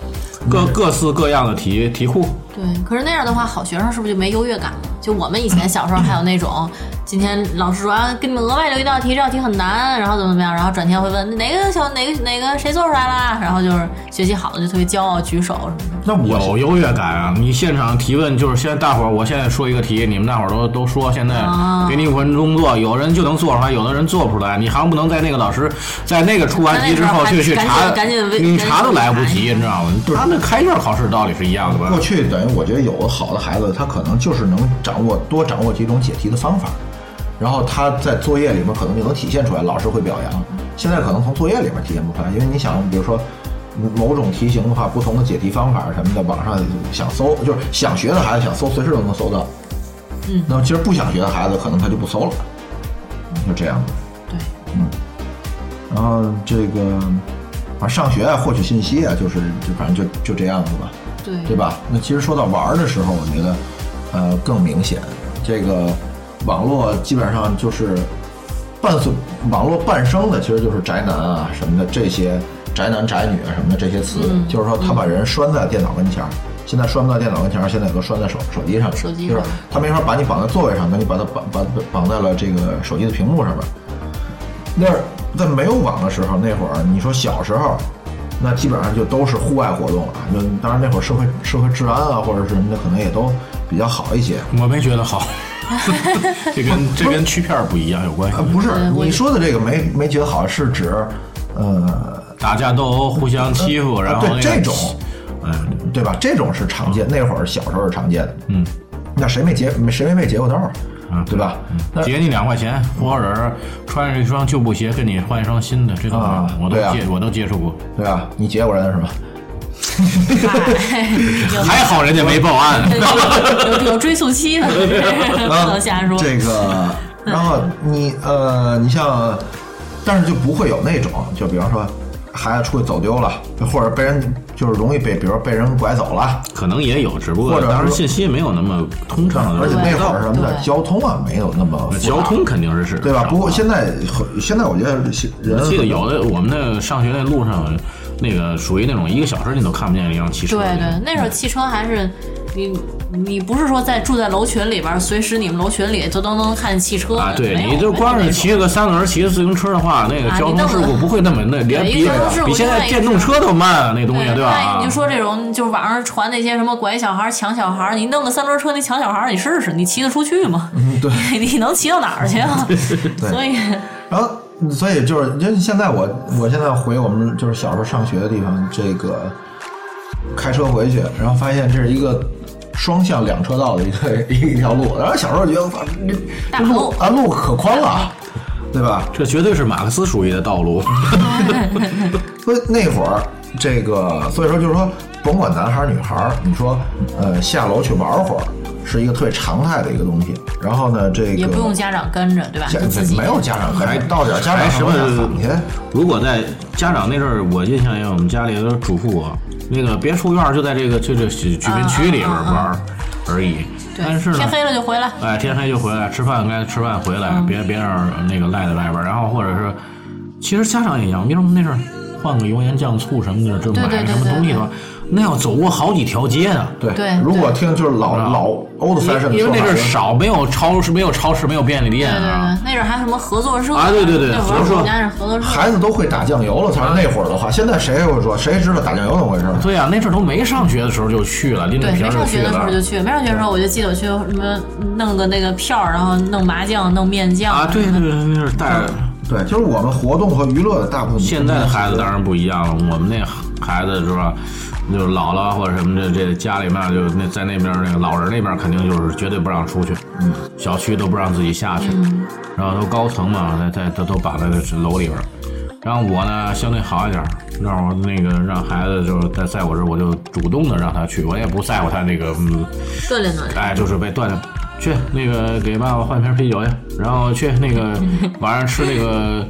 Speaker 4: 各各式各样的题题库，
Speaker 3: 对，可是那样的话，好学生是不是就没优越感了？就我们以前小时候还有那种，今天老师说啊，给你们额外留一道题，这道题很难，然后怎么怎么样，然后转天会问哪个小哪个哪个谁做出来啦，然后就是学习好的就特别骄傲举手什么的。
Speaker 2: 那我
Speaker 4: 有优越感啊！你现场提问就是现在大伙儿，我现在说一个题，你们大伙儿都都说，现在
Speaker 3: 啊
Speaker 4: 给你五分钟做，有人就能做出来，有的人做不出来，你还不能在那个老师在那个出完题之后
Speaker 3: 在那
Speaker 4: 去
Speaker 3: 个时
Speaker 4: 去
Speaker 3: 候
Speaker 4: 查，
Speaker 3: 赶紧赶紧微
Speaker 4: 你
Speaker 3: 赶紧
Speaker 4: 查都来不
Speaker 3: 查一
Speaker 4: 及，
Speaker 3: 下
Speaker 4: 你知道吗？他那开卷考试道理是一样的吧？
Speaker 2: 过去等于我觉得有的好的孩子，他可能就是能掌握多掌握几种解题的方法，然后他在作业里面可能就能体现出来，老师会表扬。现在可能从作业里面体现不出来，因为你想，比如说嗯某种题型的话，不同的解题方法什么的，网上想搜就是想学的孩子想搜，随时都能搜到。
Speaker 3: 嗯
Speaker 2: 那么其实不想学的孩子，可能他就不搜了，就这样。
Speaker 3: 对，
Speaker 2: 然后这个啊，上学啊，获取信息啊，就是就反正就就这样子吧。
Speaker 3: 对
Speaker 2: 对吧？那其实说到玩儿的时候，我觉得，呃，更明显，这个网络基本上就是伴随网络伴生的，其实就是宅男啊什么的这些宅男宅女啊什么的这些词，
Speaker 3: 嗯
Speaker 2: 就是说他把人拴在电脑跟前儿。现在拴不到电脑跟前儿，现在都拴在手手机上，
Speaker 3: 手机
Speaker 2: 就是
Speaker 3: 上
Speaker 2: 他没法把你绑在座位上，等你把它绑绑绑在了这个手机的屏幕上面。那儿在没有网的时候，那会儿你说小时候，那基本上就都是户外活动了。就当然那会儿社会社会治安啊或者是什么的，可能也都比较好一些。
Speaker 4: 我没觉得好， 这跟这跟区片儿不一样有关系
Speaker 2: 呃，。不是
Speaker 3: 对我
Speaker 2: 你说的这个没没觉得好，是指呃，
Speaker 4: 打架斗殴，互相欺负，然后
Speaker 2: 啊对
Speaker 4: 那个
Speaker 2: 这种，
Speaker 4: 嗯，
Speaker 2: 对吧？这种是常见，那会儿小时候是常见的。
Speaker 4: 嗯，
Speaker 2: 那谁没劫谁没被劫过道啊
Speaker 4: 嗯？
Speaker 2: 对吧？那
Speaker 4: 劫你两块钱，或者是穿着一双旧布鞋跟你换一双新的，这种
Speaker 2: 啊
Speaker 4: 我都
Speaker 2: 对啊
Speaker 4: 接我都接触过。
Speaker 2: 对吧？你劫过人是吧？
Speaker 4: 还好人家没报案，
Speaker 1: 有有追溯期的， 不能瞎说。
Speaker 2: 这个，然后你呃，你像，但是就不会有那种，就比方说孩子出去走丢了，或者被人就是容易被，比如说被人拐走了，
Speaker 4: 可能也有，只不过
Speaker 2: 或者是
Speaker 4: 当时信息没有那么通畅，
Speaker 2: 而且那会儿什么的
Speaker 3: 对
Speaker 2: 交通啊没有那么复杂
Speaker 4: 交通肯定是是
Speaker 2: 对吧？
Speaker 4: 少
Speaker 2: 不过
Speaker 4: 了
Speaker 2: 现在现在我觉得人
Speaker 4: 我记得有的我们那上学那路上，那个属于那种一个小时你都看不见一辆汽车。
Speaker 3: 对对，那时候汽车还是你你不是说在住在楼群里边儿，随时你们楼群里就都能看见汽车
Speaker 4: 啊，对，
Speaker 3: 没有
Speaker 4: 你就光是骑个三轮儿、骑个自行车的话，那个
Speaker 3: 啊
Speaker 4: 交
Speaker 3: 你
Speaker 4: 通
Speaker 3: 弄
Speaker 4: 事
Speaker 3: 得
Speaker 4: 故不会那么那连
Speaker 3: 对一
Speaker 4: 比
Speaker 3: 个交通事故
Speaker 4: 比现
Speaker 3: 另
Speaker 4: 在
Speaker 3: 外一
Speaker 4: 电
Speaker 3: 个
Speaker 4: 动车都慢啊，那东西
Speaker 3: 对，
Speaker 4: 对吧
Speaker 3: 万一？你就说这种，就是网上传那些什么拐小孩儿、抢小孩儿，你弄个三轮车，你抢小孩儿，你试试，你骑得出去吗？
Speaker 4: 嗯
Speaker 2: 对
Speaker 3: 你能骑到哪儿去 啊？ 所以，
Speaker 2: 然后，所以就是，因为现在我我现在回我们就是小时候上学的地方，这个开车回去，然后发现这是一个双向两车道的一个一条路。然后小时候觉得，哇，这
Speaker 3: 大
Speaker 2: 这
Speaker 3: 马
Speaker 2: 路
Speaker 3: 路
Speaker 2: 啊路可宽了，对吧？
Speaker 4: 这绝对是马克思主义的道路。
Speaker 2: 所以那会儿，这个所以说就是说，甭管男孩儿女孩儿，你说呃下楼去玩会儿，是一个特别常态的一个东西。然后呢，这个
Speaker 3: 也不用家长跟着，对吧？
Speaker 2: 家
Speaker 3: 就自己
Speaker 2: 没有家长跟着，还到点儿家
Speaker 4: 还
Speaker 2: 长
Speaker 4: 什
Speaker 2: 什
Speaker 4: 么
Speaker 2: 么喊去。
Speaker 4: 如果在家长那阵儿，我印象里我们家里都嘱咐我，那个别出院儿，就在这个就这居居民区里边儿玩儿而已。
Speaker 3: 啊对
Speaker 4: 但是呢，
Speaker 3: 天黑了就嗯回来。
Speaker 4: 哎，天黑就回来，吃饭该吃饭回来，别别让那个赖在外边儿。然后或者是，其实家长也一样，为什么那阵儿换个油盐酱醋什么的，就
Speaker 3: 对
Speaker 4: 买
Speaker 3: 对对
Speaker 4: 什么
Speaker 3: 对
Speaker 4: 东西的话，那要走过好几条街呢。
Speaker 2: 对，
Speaker 3: 对
Speaker 2: 如果听就是老
Speaker 4: 对
Speaker 2: 老 old fashion 的
Speaker 4: 因为
Speaker 2: 说
Speaker 4: 那
Speaker 2: 法
Speaker 4: 阵儿
Speaker 2: 就是
Speaker 4: 少，没有超市，没有超市，没有便利店
Speaker 3: 对对
Speaker 4: 啊。
Speaker 3: 对，那阵儿还有什么合作社
Speaker 4: 啊对对对
Speaker 3: 那会
Speaker 4: 合
Speaker 3: 儿
Speaker 4: 作
Speaker 3: 我们家是合作社，
Speaker 2: 孩子都会打酱油了，他那会儿的话，现在谁还会说？谁知道打酱油怎么回事？
Speaker 4: 对呀、那阵儿都没上学的时候就去了，拎着
Speaker 3: 对，
Speaker 4: 瓶
Speaker 3: 没
Speaker 4: 儿
Speaker 3: 上
Speaker 4: 去
Speaker 3: 学的时
Speaker 4: 了
Speaker 3: 候就去，没上学的时候我就记得我去什么弄个那个票儿，然后弄麻酱、弄面酱
Speaker 4: 啊，对对对，那阵儿带着。
Speaker 3: 嗯
Speaker 2: 对，就是我们活动和娱乐的大部分。
Speaker 4: 现在的孩子当然不一样了，我们那孩子是吧？就是姥姥或者什么的，这家里面就那在那边那个老人那边肯定就是绝对不让出去，嗯，小区都不让自己下去，
Speaker 3: 嗯
Speaker 4: 然后都高层嘛，在在都都绑在那楼里边儿。然后我呢相对好一点儿，让我那个让孩子就是在在我这儿我就主动的让他去，我也不在乎他那个嗯
Speaker 3: 锻炼锻炼。
Speaker 4: 哎，就是被锻炼。去那个给爸爸换瓶啤酒去，然后去那个晚上吃那个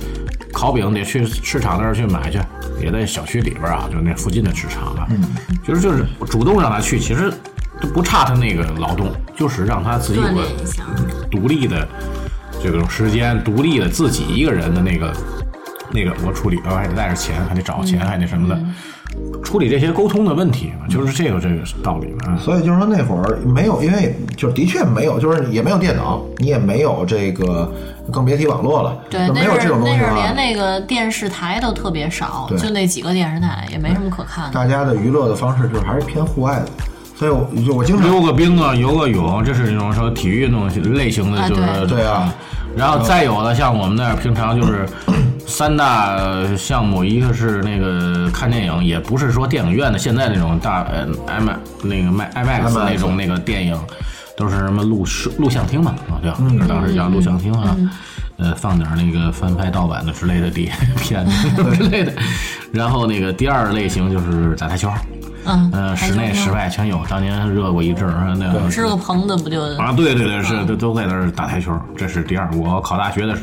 Speaker 4: 烤饼，得去市场那儿去买去，也在小区里边儿啊，就那附近的市场啊。其实就是主动让他去，其实都不差他那个劳动，就是让他自己有
Speaker 3: 锻
Speaker 4: 个
Speaker 3: 炼一下，
Speaker 4: 独立的这种时间，独立的自己一个人的那个那个我处理，然后还得带着钱，还得找钱，还得什么的，处理这些沟通的问题，就是这个这个道理嘛。啊
Speaker 2: 所以就是说那会儿没有，因为就是的确没有，就是也没有电脑，你也没有这个，更别提网络了，
Speaker 3: 对，
Speaker 2: 就
Speaker 3: 那
Speaker 2: 没
Speaker 3: 阵
Speaker 2: 有这
Speaker 3: 儿
Speaker 2: 种东
Speaker 3: 那
Speaker 2: 西
Speaker 3: 阵儿
Speaker 2: 了
Speaker 3: 连
Speaker 2: 啊。
Speaker 3: 那个电视台都特别少
Speaker 2: 对，
Speaker 3: 就那几个电视台也没什么可看的。
Speaker 2: 大家的娱乐的方式就是还是偏户外的，所以我就我经常
Speaker 4: 溜个冰啊，游个泳，这是那种说体育那种类型的，
Speaker 3: 啊
Speaker 4: 就是、
Speaker 3: 对
Speaker 4: 嗯
Speaker 2: 对啊。
Speaker 4: 然后再有的像我们那儿平常 就是三大项目，一个是那个看电影，也不是说电影院的现在那种大呃 M 那个麦 IMAX
Speaker 2: IMAX
Speaker 4: 那种那个电影，都是什么录视录像厅嘛啊对吧？
Speaker 2: 嗯
Speaker 4: 当时叫录像厅
Speaker 3: 嗯
Speaker 4: 啊。呃，放点儿那个翻拍盗版的之类的碟 片之 类的，然后那个第二类型就是打台球，
Speaker 3: 嗯，
Speaker 4: 呃，
Speaker 3: 台
Speaker 4: 室
Speaker 3: 球
Speaker 4: 内
Speaker 3: 厅
Speaker 4: 室外全有，当年热过一阵儿，那个
Speaker 3: 支个棚子不就？
Speaker 4: 啊，对对对，是都都在那儿打台球，这是第二。我考大学的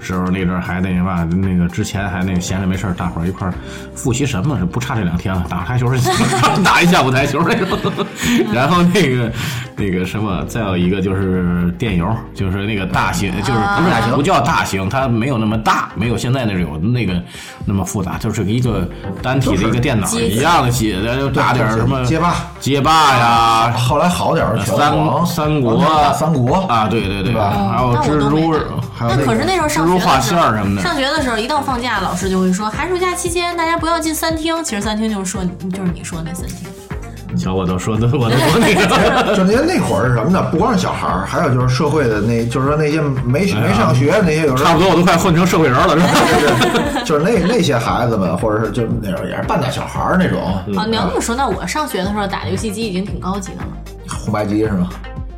Speaker 4: 时候，那阵儿还那什么，啊那个之前还那个闲着没事儿，大伙儿一块儿复习什么，不差这两天了，打台球儿 打一下午台球儿那种。 然后那个那个什么，再有一个就是电游，就是那个大型，就是不是大型，不叫大型，它没有那么大，没有现在那种有那个那么复杂，就是一个单体的一个电脑
Speaker 3: 机
Speaker 4: 一样的机，然后打点儿什么
Speaker 2: 街霸啊
Speaker 4: 街霸呀，
Speaker 2: 后来好点儿，啊拳
Speaker 4: 三
Speaker 2: 皇、
Speaker 4: 三国
Speaker 2: 王者打三国
Speaker 4: 啊，对对对
Speaker 2: 对吧
Speaker 4: 还有
Speaker 3: 嗯那我
Speaker 4: 蜘
Speaker 3: 都没
Speaker 4: 蛛
Speaker 3: 打，
Speaker 4: 还有
Speaker 3: 那可是那时候上学
Speaker 4: 蜘蛛画
Speaker 3: 的
Speaker 4: 线
Speaker 3: 时
Speaker 4: 儿什么
Speaker 3: 候，
Speaker 4: 的
Speaker 3: 上学的时候一到放假，老师就会说寒暑假期间大家不要进三厅。其实三厅就是说就是你说那三厅，
Speaker 4: 瞧我都说的我都说那个，
Speaker 2: 就那那会儿是什么呢？不光是小孩儿，还有就是社会的那，就是说那些没
Speaker 4: 哎呀
Speaker 2: 没上学的那些，有时
Speaker 4: 差
Speaker 2: 候
Speaker 4: 不多我都快混成社会人了，是吧？
Speaker 2: 就 是就是那那些孩子们，或者是就那种也是半大小孩儿那种
Speaker 4: 嗯
Speaker 3: 啊，你要这么说，那我上学的时候打游戏机已经挺高级的了
Speaker 2: 红白机是吗？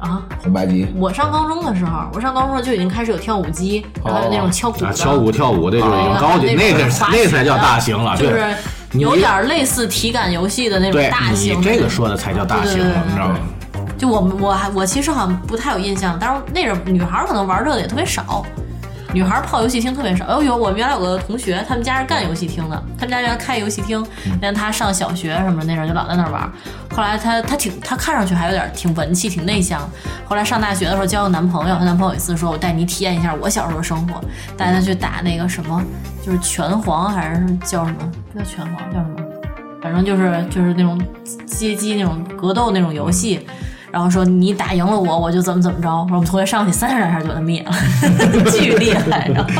Speaker 3: 啊。
Speaker 2: 红白机
Speaker 3: 我上高中的时候，我上高中就已经开始有跳舞机，然后有那种敲鼓的、
Speaker 4: 啊，敲鼓跳舞这就已经
Speaker 3: 啊
Speaker 4: 高级，
Speaker 3: 那
Speaker 4: 那
Speaker 3: 种
Speaker 4: 这
Speaker 3: 滑
Speaker 4: 那
Speaker 3: 雪
Speaker 4: 才叫
Speaker 3: 的
Speaker 4: 大型了，
Speaker 3: 就
Speaker 4: 对
Speaker 3: 是有点儿类似体感游戏的那种
Speaker 4: 对
Speaker 3: 大，型
Speaker 4: 你
Speaker 3: 的。
Speaker 4: 这个说的才叫大型
Speaker 3: 对对对
Speaker 4: 了，
Speaker 3: 对
Speaker 4: 你知道吗？
Speaker 3: 就我们我还我其实好像不太有印象，但是那阵儿女孩儿可能玩这个也特别少，女孩儿泡游戏厅特别少。哎呦，我们原来有个同学，他们家是干游戏厅的，他们家原来开游戏厅，但他上小学什么的那阵儿就老在那儿玩儿。后来他他挺他看上去还有点儿挺文气挺内向，后来上大学的时候交个男朋友，她男朋友有一次说我带你体验一下我小时候的生活，带她去打那个什么就是拳皇还是叫什么不叫拳皇叫什么，反正就是就是那种街机那种格斗那种游戏。然后说你打赢了我，我就怎么怎么着。我说我们同学上去三十来下就把他灭了， 巨厉害。啊然后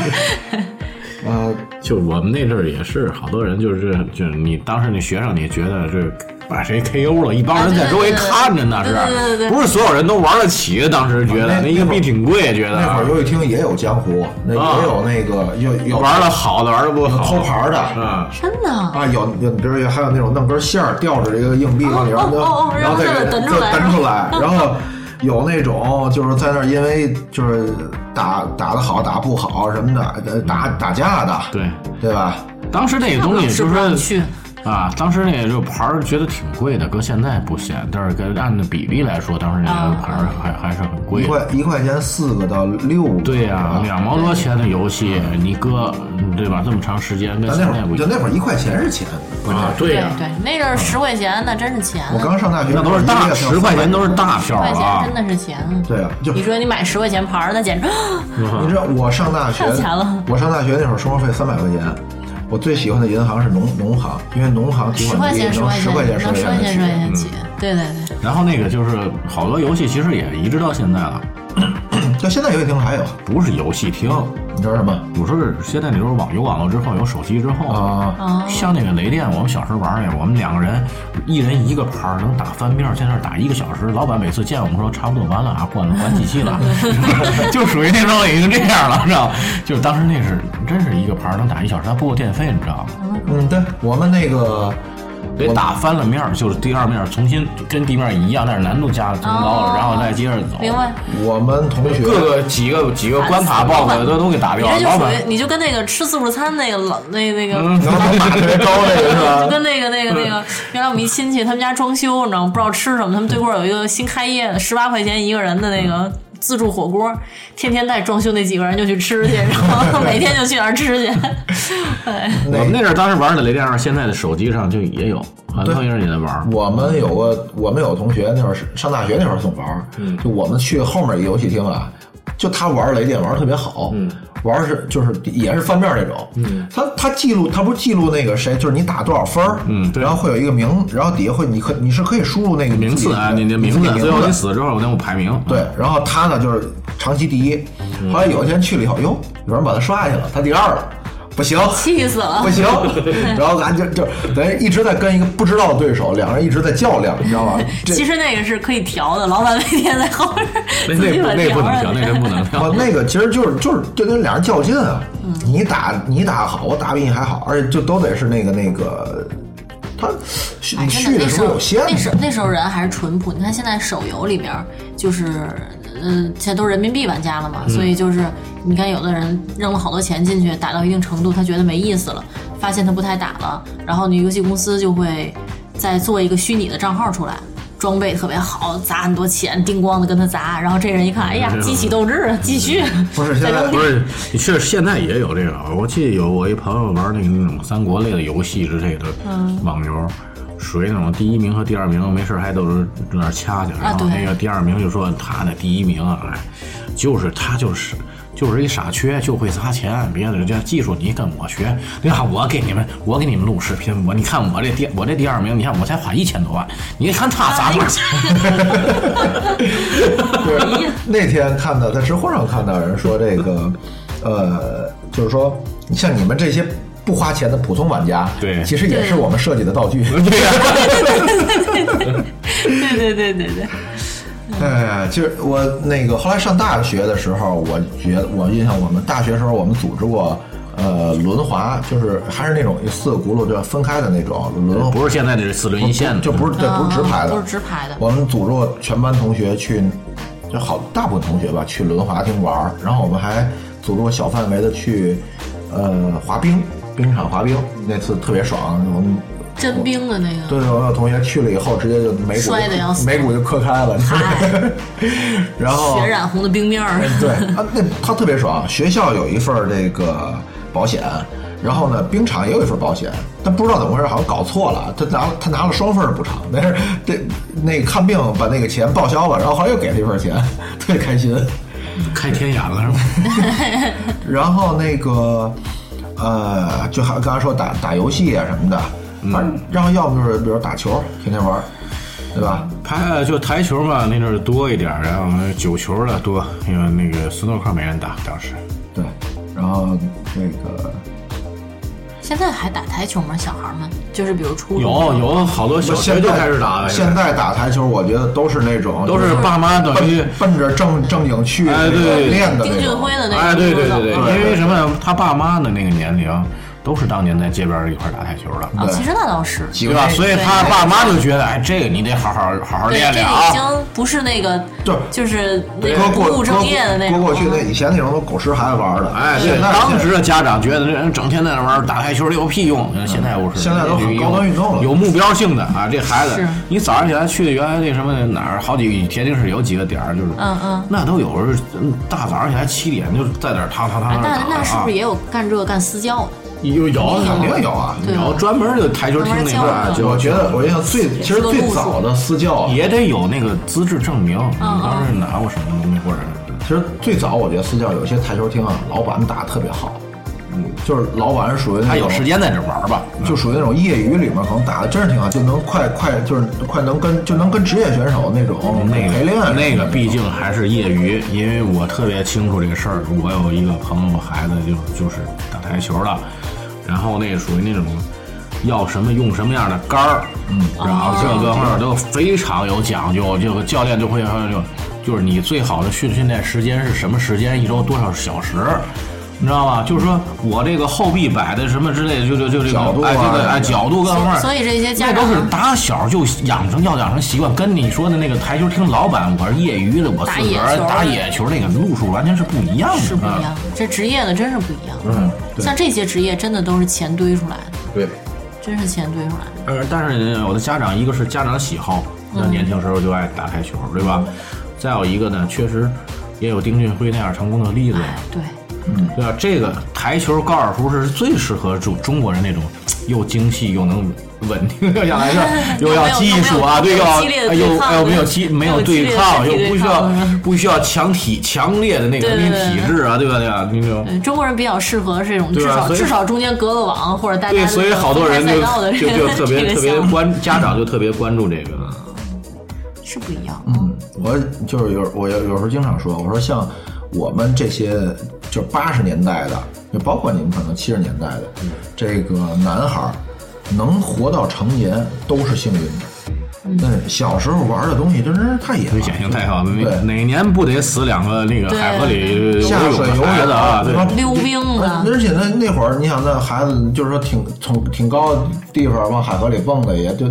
Speaker 2: 呃，
Speaker 4: 就我们那阵儿也是，好多人就是就是你当时那学生，你觉得这把谁 KO 了，一帮
Speaker 3: 啊
Speaker 4: 人在周围看着呢，是
Speaker 3: 对对对对
Speaker 4: 不是所有人都玩得起的？当时觉
Speaker 2: 啊
Speaker 4: 得
Speaker 2: 那
Speaker 4: 那一个
Speaker 2: 那会儿
Speaker 4: 币挺贵，觉得
Speaker 2: 那会儿游戏厅也有江湖，那
Speaker 4: 啊
Speaker 2: 也有那个有有
Speaker 4: 玩的好的，玩的不好
Speaker 2: 偷牌儿的
Speaker 4: 啊，
Speaker 3: 真的啊，
Speaker 2: 啊，有有，比如有还有那种弄根线儿吊着这个硬币往里边
Speaker 3: 哦
Speaker 2: 扔，
Speaker 3: 哦哦
Speaker 2: 然后再
Speaker 3: 然后
Speaker 2: 给
Speaker 3: 再
Speaker 2: 再
Speaker 3: 给它
Speaker 2: 弹
Speaker 3: 弹出
Speaker 2: 出 来，然后有那种就是在那儿因为就是打打的好打不好什么的，呃打
Speaker 4: 嗯
Speaker 2: 打架的，
Speaker 4: 对，
Speaker 2: 对吧？
Speaker 4: 当时那个东西
Speaker 3: 是
Speaker 4: 就
Speaker 3: 不让
Speaker 4: 是
Speaker 3: 去，
Speaker 4: 啊，当时那个就牌儿觉得挺贵的，搁现在不显，但是跟按的比例来说，当时那个牌儿还还是很贵
Speaker 2: 一
Speaker 4: 的。
Speaker 2: 块一块钱四个到六个，啊
Speaker 4: 对呀、
Speaker 2: 是吧
Speaker 4: 两毛多钱的游戏，你搁嗯对吧？这么长时间跟
Speaker 2: 咱
Speaker 4: 现
Speaker 2: 那会
Speaker 4: 在
Speaker 2: 儿
Speaker 4: 不一
Speaker 2: 就
Speaker 4: 样
Speaker 2: 那会儿一块钱是钱，
Speaker 4: 啊，对
Speaker 3: 对
Speaker 4: 呀、
Speaker 3: 对，那阵儿十块钱那真是钱啊，
Speaker 2: 我刚上大学
Speaker 4: 那都是
Speaker 2: 一
Speaker 4: 大
Speaker 2: 个月才
Speaker 4: 十块钱都是大
Speaker 3: 十
Speaker 4: 票
Speaker 3: 块
Speaker 4: 啊
Speaker 3: 钱真，的是钱啊。
Speaker 2: 对啊，就
Speaker 3: 你说你买十块钱牌儿，那简直啊
Speaker 2: 你知道我上大学
Speaker 3: 太有钱了，
Speaker 2: 我上大学那会儿生活费三百块钱，我最喜欢的银行是农农行，因为农行提
Speaker 3: 十
Speaker 2: 款
Speaker 3: 块
Speaker 2: 机
Speaker 3: 钱
Speaker 2: 能
Speaker 3: 十
Speaker 2: 十
Speaker 3: 块钱
Speaker 2: 块钱
Speaker 3: 能十块钱
Speaker 2: 钱
Speaker 3: 十块
Speaker 2: 起
Speaker 3: 钱嗯起，对对对。
Speaker 4: 然后那个就是好多游戏其实也移植到现在了，
Speaker 2: 就现在游戏厅还有，
Speaker 4: 不是游戏厅，
Speaker 2: 你知道什么？
Speaker 4: 有时候现在你说网有网络之后，有手机之后，
Speaker 2: 啊，
Speaker 3: 哦
Speaker 4: 像那个雷电，我们小时候玩儿那个，我们两个人一人一个牌儿，能打翻面儿，在那儿打一个小时。老板每次见我们说差不多完了啊，关了关机器 了， 就属于那种已经这样了，知道吗？就是当时那是真是一个牌儿能打一小时，还不够电费，你知道吗？
Speaker 3: 哦
Speaker 2: 嗯，对我们那个
Speaker 4: 得打翻了面儿，就是第二面儿重新跟地面儿一样，但是难度加的增高了，
Speaker 3: 哦
Speaker 4: 然后再接着走。
Speaker 3: 明白，
Speaker 2: 我们同学
Speaker 4: 各个几个几个关卡 BOSS 都都给打
Speaker 3: 你
Speaker 4: 掉了，
Speaker 3: 这就
Speaker 4: 老
Speaker 3: 属
Speaker 4: 板
Speaker 3: 于你就跟那个吃自助餐那个老那那个，
Speaker 2: 然后都马 特别高那个是
Speaker 4: 啊
Speaker 3: 就
Speaker 2: 吧？
Speaker 3: 跟那个那个那
Speaker 4: 嗯
Speaker 3: 个，原来我们一亲戚他们家装修，你知道吗？不知道吃什么，他们对过有一个新开业的十八块钱一个人的那个自助火锅，天天带装修那几个人就去吃去，然 后每天就去那儿吃去。对，
Speaker 4: 我们那阵儿当时玩的雷电二，现在的手机上就也有，很多人也在玩儿。
Speaker 2: 我们有个我们有同学那会儿是上大学那会儿总玩儿，
Speaker 4: 嗯
Speaker 2: 就我们去后面一个游戏厅啊，就他玩雷电玩的特别好，
Speaker 4: 嗯
Speaker 2: 玩儿是就是也是翻面那种，他他记录他不是记录那个谁，就是你打多少分儿，
Speaker 4: 嗯对
Speaker 2: 然后会有一个名，然后底下会你可你是可以输入那个
Speaker 4: 名次啊，你
Speaker 2: 的
Speaker 4: 的名
Speaker 2: 字
Speaker 4: 字，最后你
Speaker 2: 名字
Speaker 4: 死了之后，我给我排名。嗯
Speaker 2: 对，然后他呢就是长期第一，后来有一天去了以后，哟，有人把他刷下去了，他第二了，不行，
Speaker 3: 气死了
Speaker 2: 不！ 行，然后咱就就等于一直在跟一个不知道的对手，两个人一直在较量，你知道吗？这
Speaker 3: 其实那个是可以调的，老板每天在后边
Speaker 4: 那
Speaker 3: 自己
Speaker 4: 那
Speaker 3: 把
Speaker 4: 不那不能
Speaker 3: 调
Speaker 4: 调，那
Speaker 3: 上去。
Speaker 4: 真不能调。
Speaker 2: 我呃那个其实就是就是就跟俩人较劲啊，
Speaker 3: 嗯
Speaker 2: 你打你打好，我打比你还好，而且就都得是那个那个，他序
Speaker 3: 哎，真
Speaker 2: 序
Speaker 3: 的那
Speaker 2: 的时
Speaker 3: 时
Speaker 2: 候
Speaker 3: 候
Speaker 2: 有限
Speaker 3: 那时候那时候人还是淳朴。你看现在手游里边儿，就是呃，现在都是人民币玩家了嘛，所以
Speaker 2: 嗯
Speaker 3: 就是你看有的人扔了好多钱进去，打到一定程度，他觉得没意思了，发现他不太打了，然后你游戏公司就会再做一个虚拟的账号出来。装备特别好，砸很多钱，叮咣的跟他砸，然后这人一看，哎呀，激起斗志，继续。
Speaker 2: 不是现在
Speaker 4: 不是，你确实现在也有这个。我记得有我一朋友玩那个那种三国类的游戏之类的网游，属于那种第一名和第二名没事儿还都是在那儿掐去，然后
Speaker 3: 对
Speaker 4: 那个第二名就说他的第一名啊，哎，就是他就是。就是一傻缺，就会砸钱，别的人家技术你跟我学，对吧？我给你们，我给你们录视频，我你看我这第我这第二名，你看我才花一千多万，啊你看他砸多少钱？
Speaker 2: 对，那天看到在知乎上看到有人说这个，呃，就是说像你们这些不花钱的普通玩家，
Speaker 4: 对
Speaker 2: 其实也是我们设计的道具。
Speaker 4: 对呀、
Speaker 3: 对对对对对，
Speaker 2: 哎，其实我那个后来上大学的时候，我觉得我印象，我们大学时候我们组织过。呃，轮滑就是还是那种四个轱辘就分开的那种轮滑，
Speaker 4: 不是现在这四轮一线的，
Speaker 2: 就不是对，不是直排的，
Speaker 3: 啊不是直排的
Speaker 2: 我们组织过全班同学去，就好大部分同学吧，去轮滑厅玩儿。然后我们还组织过小范围的去，呃，滑冰，冰场滑冰，那次特别爽。我们
Speaker 3: 真冰的那个。
Speaker 2: 对我有同学去了以后，直接就眉骨就
Speaker 3: 摔得要死
Speaker 2: 眉骨就磕开了， 然后
Speaker 3: 血染红的冰面儿，
Speaker 2: 对啊，那他特别爽。学校有一份儿这个保险，然后呢，冰场也有一份儿保险，但不知道怎么回事，好像搞错了。他拿了他拿了双份儿补偿，但是这那个看病把那个钱报销了，然后后来又给了一份儿钱，特别开心。
Speaker 4: 开天眼了是吧？
Speaker 2: 然后那个呃，就
Speaker 3: 嗯
Speaker 2: 还刚才说打打游戏啊什么的，反正然后要么就是比如打球，天天玩儿。对吧？
Speaker 4: 拍就台球嘛，那阵儿多一点儿，然后九球的多，因为那个斯诺克没人打，当时
Speaker 2: 对，然后这个
Speaker 3: 现在还打台球吗？小孩们就是比如初中
Speaker 4: 有有好多小学
Speaker 2: 现
Speaker 4: 就
Speaker 2: 在
Speaker 4: 开始打了，
Speaker 2: 现在打台球，我觉得都是那种
Speaker 4: 都是爸妈等于
Speaker 2: 奔奔着正正经去
Speaker 4: 哎对
Speaker 2: 那个练的
Speaker 3: 丁
Speaker 2: 那
Speaker 3: 俊晖
Speaker 2: 种。
Speaker 3: 的那个，
Speaker 4: 哎，对对对对，
Speaker 3: 啊
Speaker 2: 对
Speaker 4: 因为什么？他爸妈的那个年龄都是当年在街边儿一块儿打台球的，
Speaker 3: 哦，其实那倒是，
Speaker 2: 几
Speaker 4: 对
Speaker 2: 个
Speaker 4: 吧？
Speaker 2: 人
Speaker 4: 所以他爸妈就觉得，哎，这个你得好好好好
Speaker 3: 对，
Speaker 4: 练
Speaker 3: 这
Speaker 4: 练
Speaker 3: 个已
Speaker 4: 啊。
Speaker 3: 经不是那个，
Speaker 2: 对
Speaker 3: 就是那
Speaker 2: 搁
Speaker 3: 个
Speaker 2: 过
Speaker 3: 不务正业的那
Speaker 2: 搁
Speaker 3: 种，啊
Speaker 2: 过去那以前那种都狗吃孩子玩的，
Speaker 4: 哎，对，
Speaker 2: 现在
Speaker 4: 当时的家长觉得这人整天在那玩儿打台球有屁用，现在不是，
Speaker 2: 嗯现在都很高端运动了
Speaker 4: 有目标性的啊。这孩子
Speaker 3: 是，
Speaker 4: 你早上起来去原来那什么哪儿，好几天津市有几个点儿，就是
Speaker 3: 嗯嗯，
Speaker 4: 那都有人嗯大早上起来七点就在那儿躺躺
Speaker 2: 啊
Speaker 3: 哎
Speaker 4: 躺
Speaker 3: 那那是不是也有干这个干私教的？
Speaker 4: 啊有有
Speaker 2: 肯定有啊。
Speaker 3: 对
Speaker 4: 有专门儿的台球厅那块儿
Speaker 3: 专门儿教
Speaker 4: 就
Speaker 2: 我觉得我印象最其实最早的私教，啊
Speaker 4: 也得有那个资质证明，
Speaker 3: 嗯
Speaker 4: 你当时拿过什么东西或者
Speaker 2: 其实最早我觉得私教有些台球厅啊，老板打得特别好，嗯，就是老板属于那
Speaker 4: 他
Speaker 2: 种
Speaker 4: 有时间在这玩儿吧？
Speaker 2: 就属于那种业余里面可能打的真是挺好，就能快快就是快能跟就能跟职业选手那种
Speaker 4: 那
Speaker 2: 陪练
Speaker 4: 个那个
Speaker 2: 种
Speaker 4: 毕竟还是业余，因为我特别清楚这个事儿。我有一个朋友孩子就就是打台球的，然后那属于那种要什么用什么样的杆儿，嗯，然后这个方面都非常有讲究。这个教练就会就就是你最好的训训练时间是什么时间，一周多少小时。你知道吗？就是说我这个后臂摆的什么之类的，就就就这个
Speaker 2: 角度啊
Speaker 4: 哎，这个哎角度各方面，
Speaker 3: 所以这些家
Speaker 4: 那都
Speaker 3: 长
Speaker 4: 是打小就养成要养成习惯，跟你说的那个台球厅老板，我是业余的，我自个儿
Speaker 3: 打
Speaker 4: 打野
Speaker 3: 野
Speaker 4: 球那个路数完全是不一样的，
Speaker 3: 是不一样，
Speaker 4: 嗯
Speaker 3: 这职业的真是不一样。
Speaker 2: 嗯，对
Speaker 3: 像这些职业真的都是钱堆出来的，
Speaker 2: 对，
Speaker 3: 真是钱堆出来的。
Speaker 4: 呃，但是有的家长，一个是家长喜好，那年轻时候就爱打台球，对吧？再有一个呢，确实也有丁俊晖那样成功的例子，
Speaker 3: 哎，对，
Speaker 4: 对吧？这个台球、高尔夫是最适合中中国人那种又精细又能稳定的 下来事儿，又要技术啊，对，又要哎又哎又没有激没有对抗，又不需要不需要强体强烈的那个你体质啊，对吧？对吧？你这种。
Speaker 3: 嗯，中国人比较适合这种，
Speaker 4: 对
Speaker 3: 至
Speaker 4: 吧
Speaker 3: 少
Speaker 4: 所以
Speaker 3: 至少中间隔个网或者大家
Speaker 4: 对，所以好多人
Speaker 3: 分
Speaker 4: 就
Speaker 3: 开赛道的
Speaker 4: 就
Speaker 3: 这
Speaker 4: 就
Speaker 3: 个
Speaker 4: 特别
Speaker 3: 这
Speaker 4: 特
Speaker 3: 个
Speaker 4: 别
Speaker 3: 项目
Speaker 4: 关家长就特别关注这个，啊
Speaker 3: 是不一样。
Speaker 2: 嗯，我就是有我有有时候经常说，我说像我们这些就八十年代的，就包括你们可能七十年代的，
Speaker 4: 嗯
Speaker 2: 这个男孩儿能活到成年都是幸运的。但是小时候玩的东西真是太 野了，
Speaker 4: 危险嗯性太高了。哪
Speaker 2: 对
Speaker 4: 哪年不得死两个那个
Speaker 3: 对
Speaker 4: 海河里
Speaker 2: 下
Speaker 4: 游
Speaker 2: 水
Speaker 4: 泳的
Speaker 2: 游
Speaker 4: 孩子啊？对
Speaker 2: 泳，啊
Speaker 3: 溜冰的
Speaker 2: 而且那那会儿，你想那孩子就是说挺从挺高的地方往海河里蹦的，也就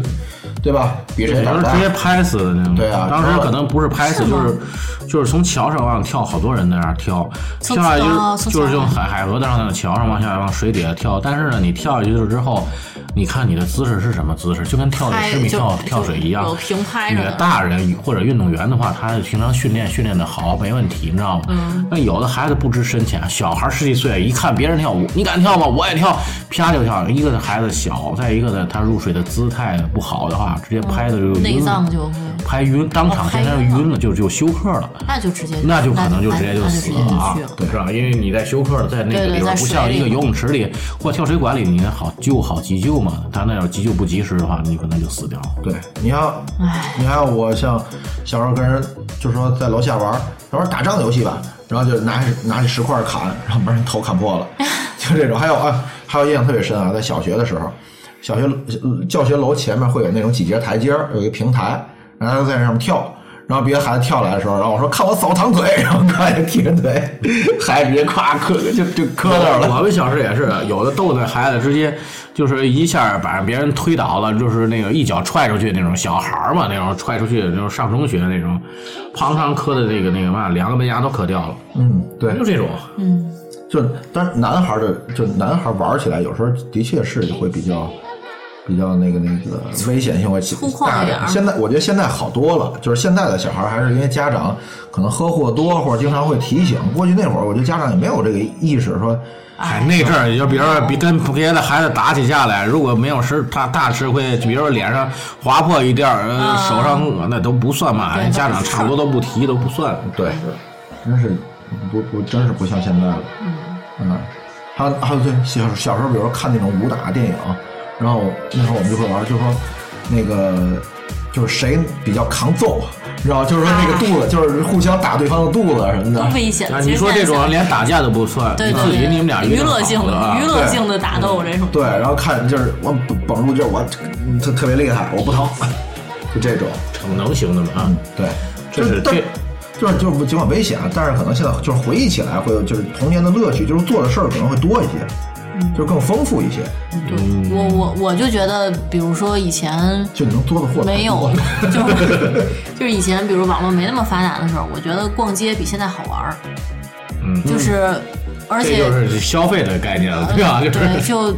Speaker 2: 对吧？比谁
Speaker 4: 对，
Speaker 2: 胆
Speaker 4: 就
Speaker 2: 儿
Speaker 4: 是
Speaker 2: 大
Speaker 4: 直。接拍死的那种。
Speaker 2: 对啊
Speaker 4: 当时可能不是拍死，
Speaker 3: 是
Speaker 4: 就
Speaker 3: 吗
Speaker 4: 是就是从桥上往跳，好多人在那儿跳，跳
Speaker 3: 从
Speaker 4: 下来
Speaker 3: 哦
Speaker 4: 就是
Speaker 3: 从
Speaker 4: 就
Speaker 3: 桥
Speaker 4: 是用
Speaker 3: 上
Speaker 4: 海海河上那个桥上往下往水底下跳。但是呢，你跳下去了之后，你看你的姿势是什么姿势，就跟跳
Speaker 3: 拍
Speaker 4: 十米
Speaker 3: 就
Speaker 4: 跳
Speaker 3: 就
Speaker 4: 跳水一样，
Speaker 3: 有平拍
Speaker 4: 你
Speaker 3: 着
Speaker 4: 的
Speaker 3: 的
Speaker 4: 大人或者运动员的话，他平常训练训练的好，没问题，你知道吗？
Speaker 3: 嗯
Speaker 4: 那有的孩子不知深浅，小孩十几岁一看别人跳舞，你敢跳吗？我也跳，啪就跳。一个是孩子小，再一个呢，他入水的姿态不好的话，直接拍的就晕了
Speaker 3: 内脏就会，
Speaker 4: 拍晕，当场
Speaker 3: 哦
Speaker 4: 现
Speaker 3: 拍
Speaker 4: 在就
Speaker 3: 晕了
Speaker 4: 晕了，就就休克了。
Speaker 3: 那就直接
Speaker 4: 那就可能就直接
Speaker 3: 那就
Speaker 4: 死
Speaker 3: 直
Speaker 4: 了
Speaker 3: 接就
Speaker 4: 啊
Speaker 3: 去了，。
Speaker 4: 是吧？因为你在休克了，在那个
Speaker 3: 对对
Speaker 4: 里边
Speaker 3: 在
Speaker 4: 不
Speaker 3: 水
Speaker 4: 像一个
Speaker 3: 里
Speaker 4: 游泳池里或跳水管里，你好救好急救嘛。他那要急救不及时的话，你可能就死掉了。
Speaker 2: 对，你像
Speaker 3: 唉
Speaker 2: 你看我像小时候跟人就说在楼下玩儿，他说打仗游戏吧，然后就拿起拿起石块儿砍，然后把人头砍破了，就这种。还有啊，还有印象特别深啊，在小学的时候，小学呃教学楼前面会有那种几节台阶儿，有一个平台，然后他在上面跳。然后别的孩子跳来的时候，然后我说看我扫堂腿，然后他也踢人腿， 孩子直接咵磕就就磕那儿了。
Speaker 4: 我们小时候也是，有的逗那孩子直接就是一下把别人推倒了，就是那个一脚踹出去那种小孩儿嘛，那种踹出去就是上中学那种，砰砰磕的那个那个嘛，两个门牙都磕掉了，
Speaker 2: 嗯，对，
Speaker 4: 就这种。
Speaker 2: 就但是男孩儿的，就男孩儿玩起来，有时候的确是会比较比较那个那个危险性会
Speaker 3: 粗犷
Speaker 2: 大
Speaker 3: 一点儿
Speaker 2: 现在我觉得现在好多了，就是现在的小孩儿还是因为家长可能呵护得多，或者经常会提醒。过去那会儿，我觉得家长也没有这个意识，说
Speaker 4: 哎，那阵儿就比如说比跟别的孩子打起架来，如果没有吃大大吃亏，比如说脸上划破一点儿，呃手上那都不算嘛，
Speaker 3: 啊对
Speaker 4: 家长差不多都不提都不算。
Speaker 2: 对，真是不不真是不像现在了。嗯，还有还有对小小时候，比如说看那种武打电影，然后那时候我们就会玩，就说那个就是谁比较扛揍，你知道吗，就是说那个肚子，就是互相打对方的肚子什么
Speaker 3: 多
Speaker 2: 的。
Speaker 3: 危险！
Speaker 4: 啊，你说
Speaker 3: 其实现
Speaker 4: 这
Speaker 3: 在
Speaker 4: 种
Speaker 3: 想
Speaker 4: 连打架都不算，
Speaker 3: 对
Speaker 4: 你
Speaker 3: 对
Speaker 4: 自己
Speaker 3: 对，
Speaker 4: 你们俩
Speaker 3: 娱乐
Speaker 4: 定
Speaker 3: 性
Speaker 4: 好
Speaker 3: 的
Speaker 4: 的啊
Speaker 3: 娱乐性的打斗这种，
Speaker 2: 对，然后看就是我绷住劲儿，我嗯特特别厉害，我不疼， 就这种。
Speaker 4: 逞能型的嘛啊，
Speaker 2: 对，
Speaker 4: 这
Speaker 2: 就是但
Speaker 4: 这
Speaker 2: 就是就是尽管危险，啊但是可能现在就是回忆起来会有就是童年的乐趣，就是做的事儿可能会多一
Speaker 3: 嗯
Speaker 2: 些，就更丰富一些，
Speaker 4: 嗯
Speaker 3: 对我我我就觉得，比如说以前
Speaker 2: 就你能做的货，
Speaker 3: 没有就是就是以前，比如网络没那么发达的时候，我觉得逛街比现在好玩儿，
Speaker 4: 嗯，
Speaker 3: 就是而
Speaker 4: 这
Speaker 3: 且嗯
Speaker 4: 就是消费的概念了， 对吧？就是
Speaker 3: 对呃就。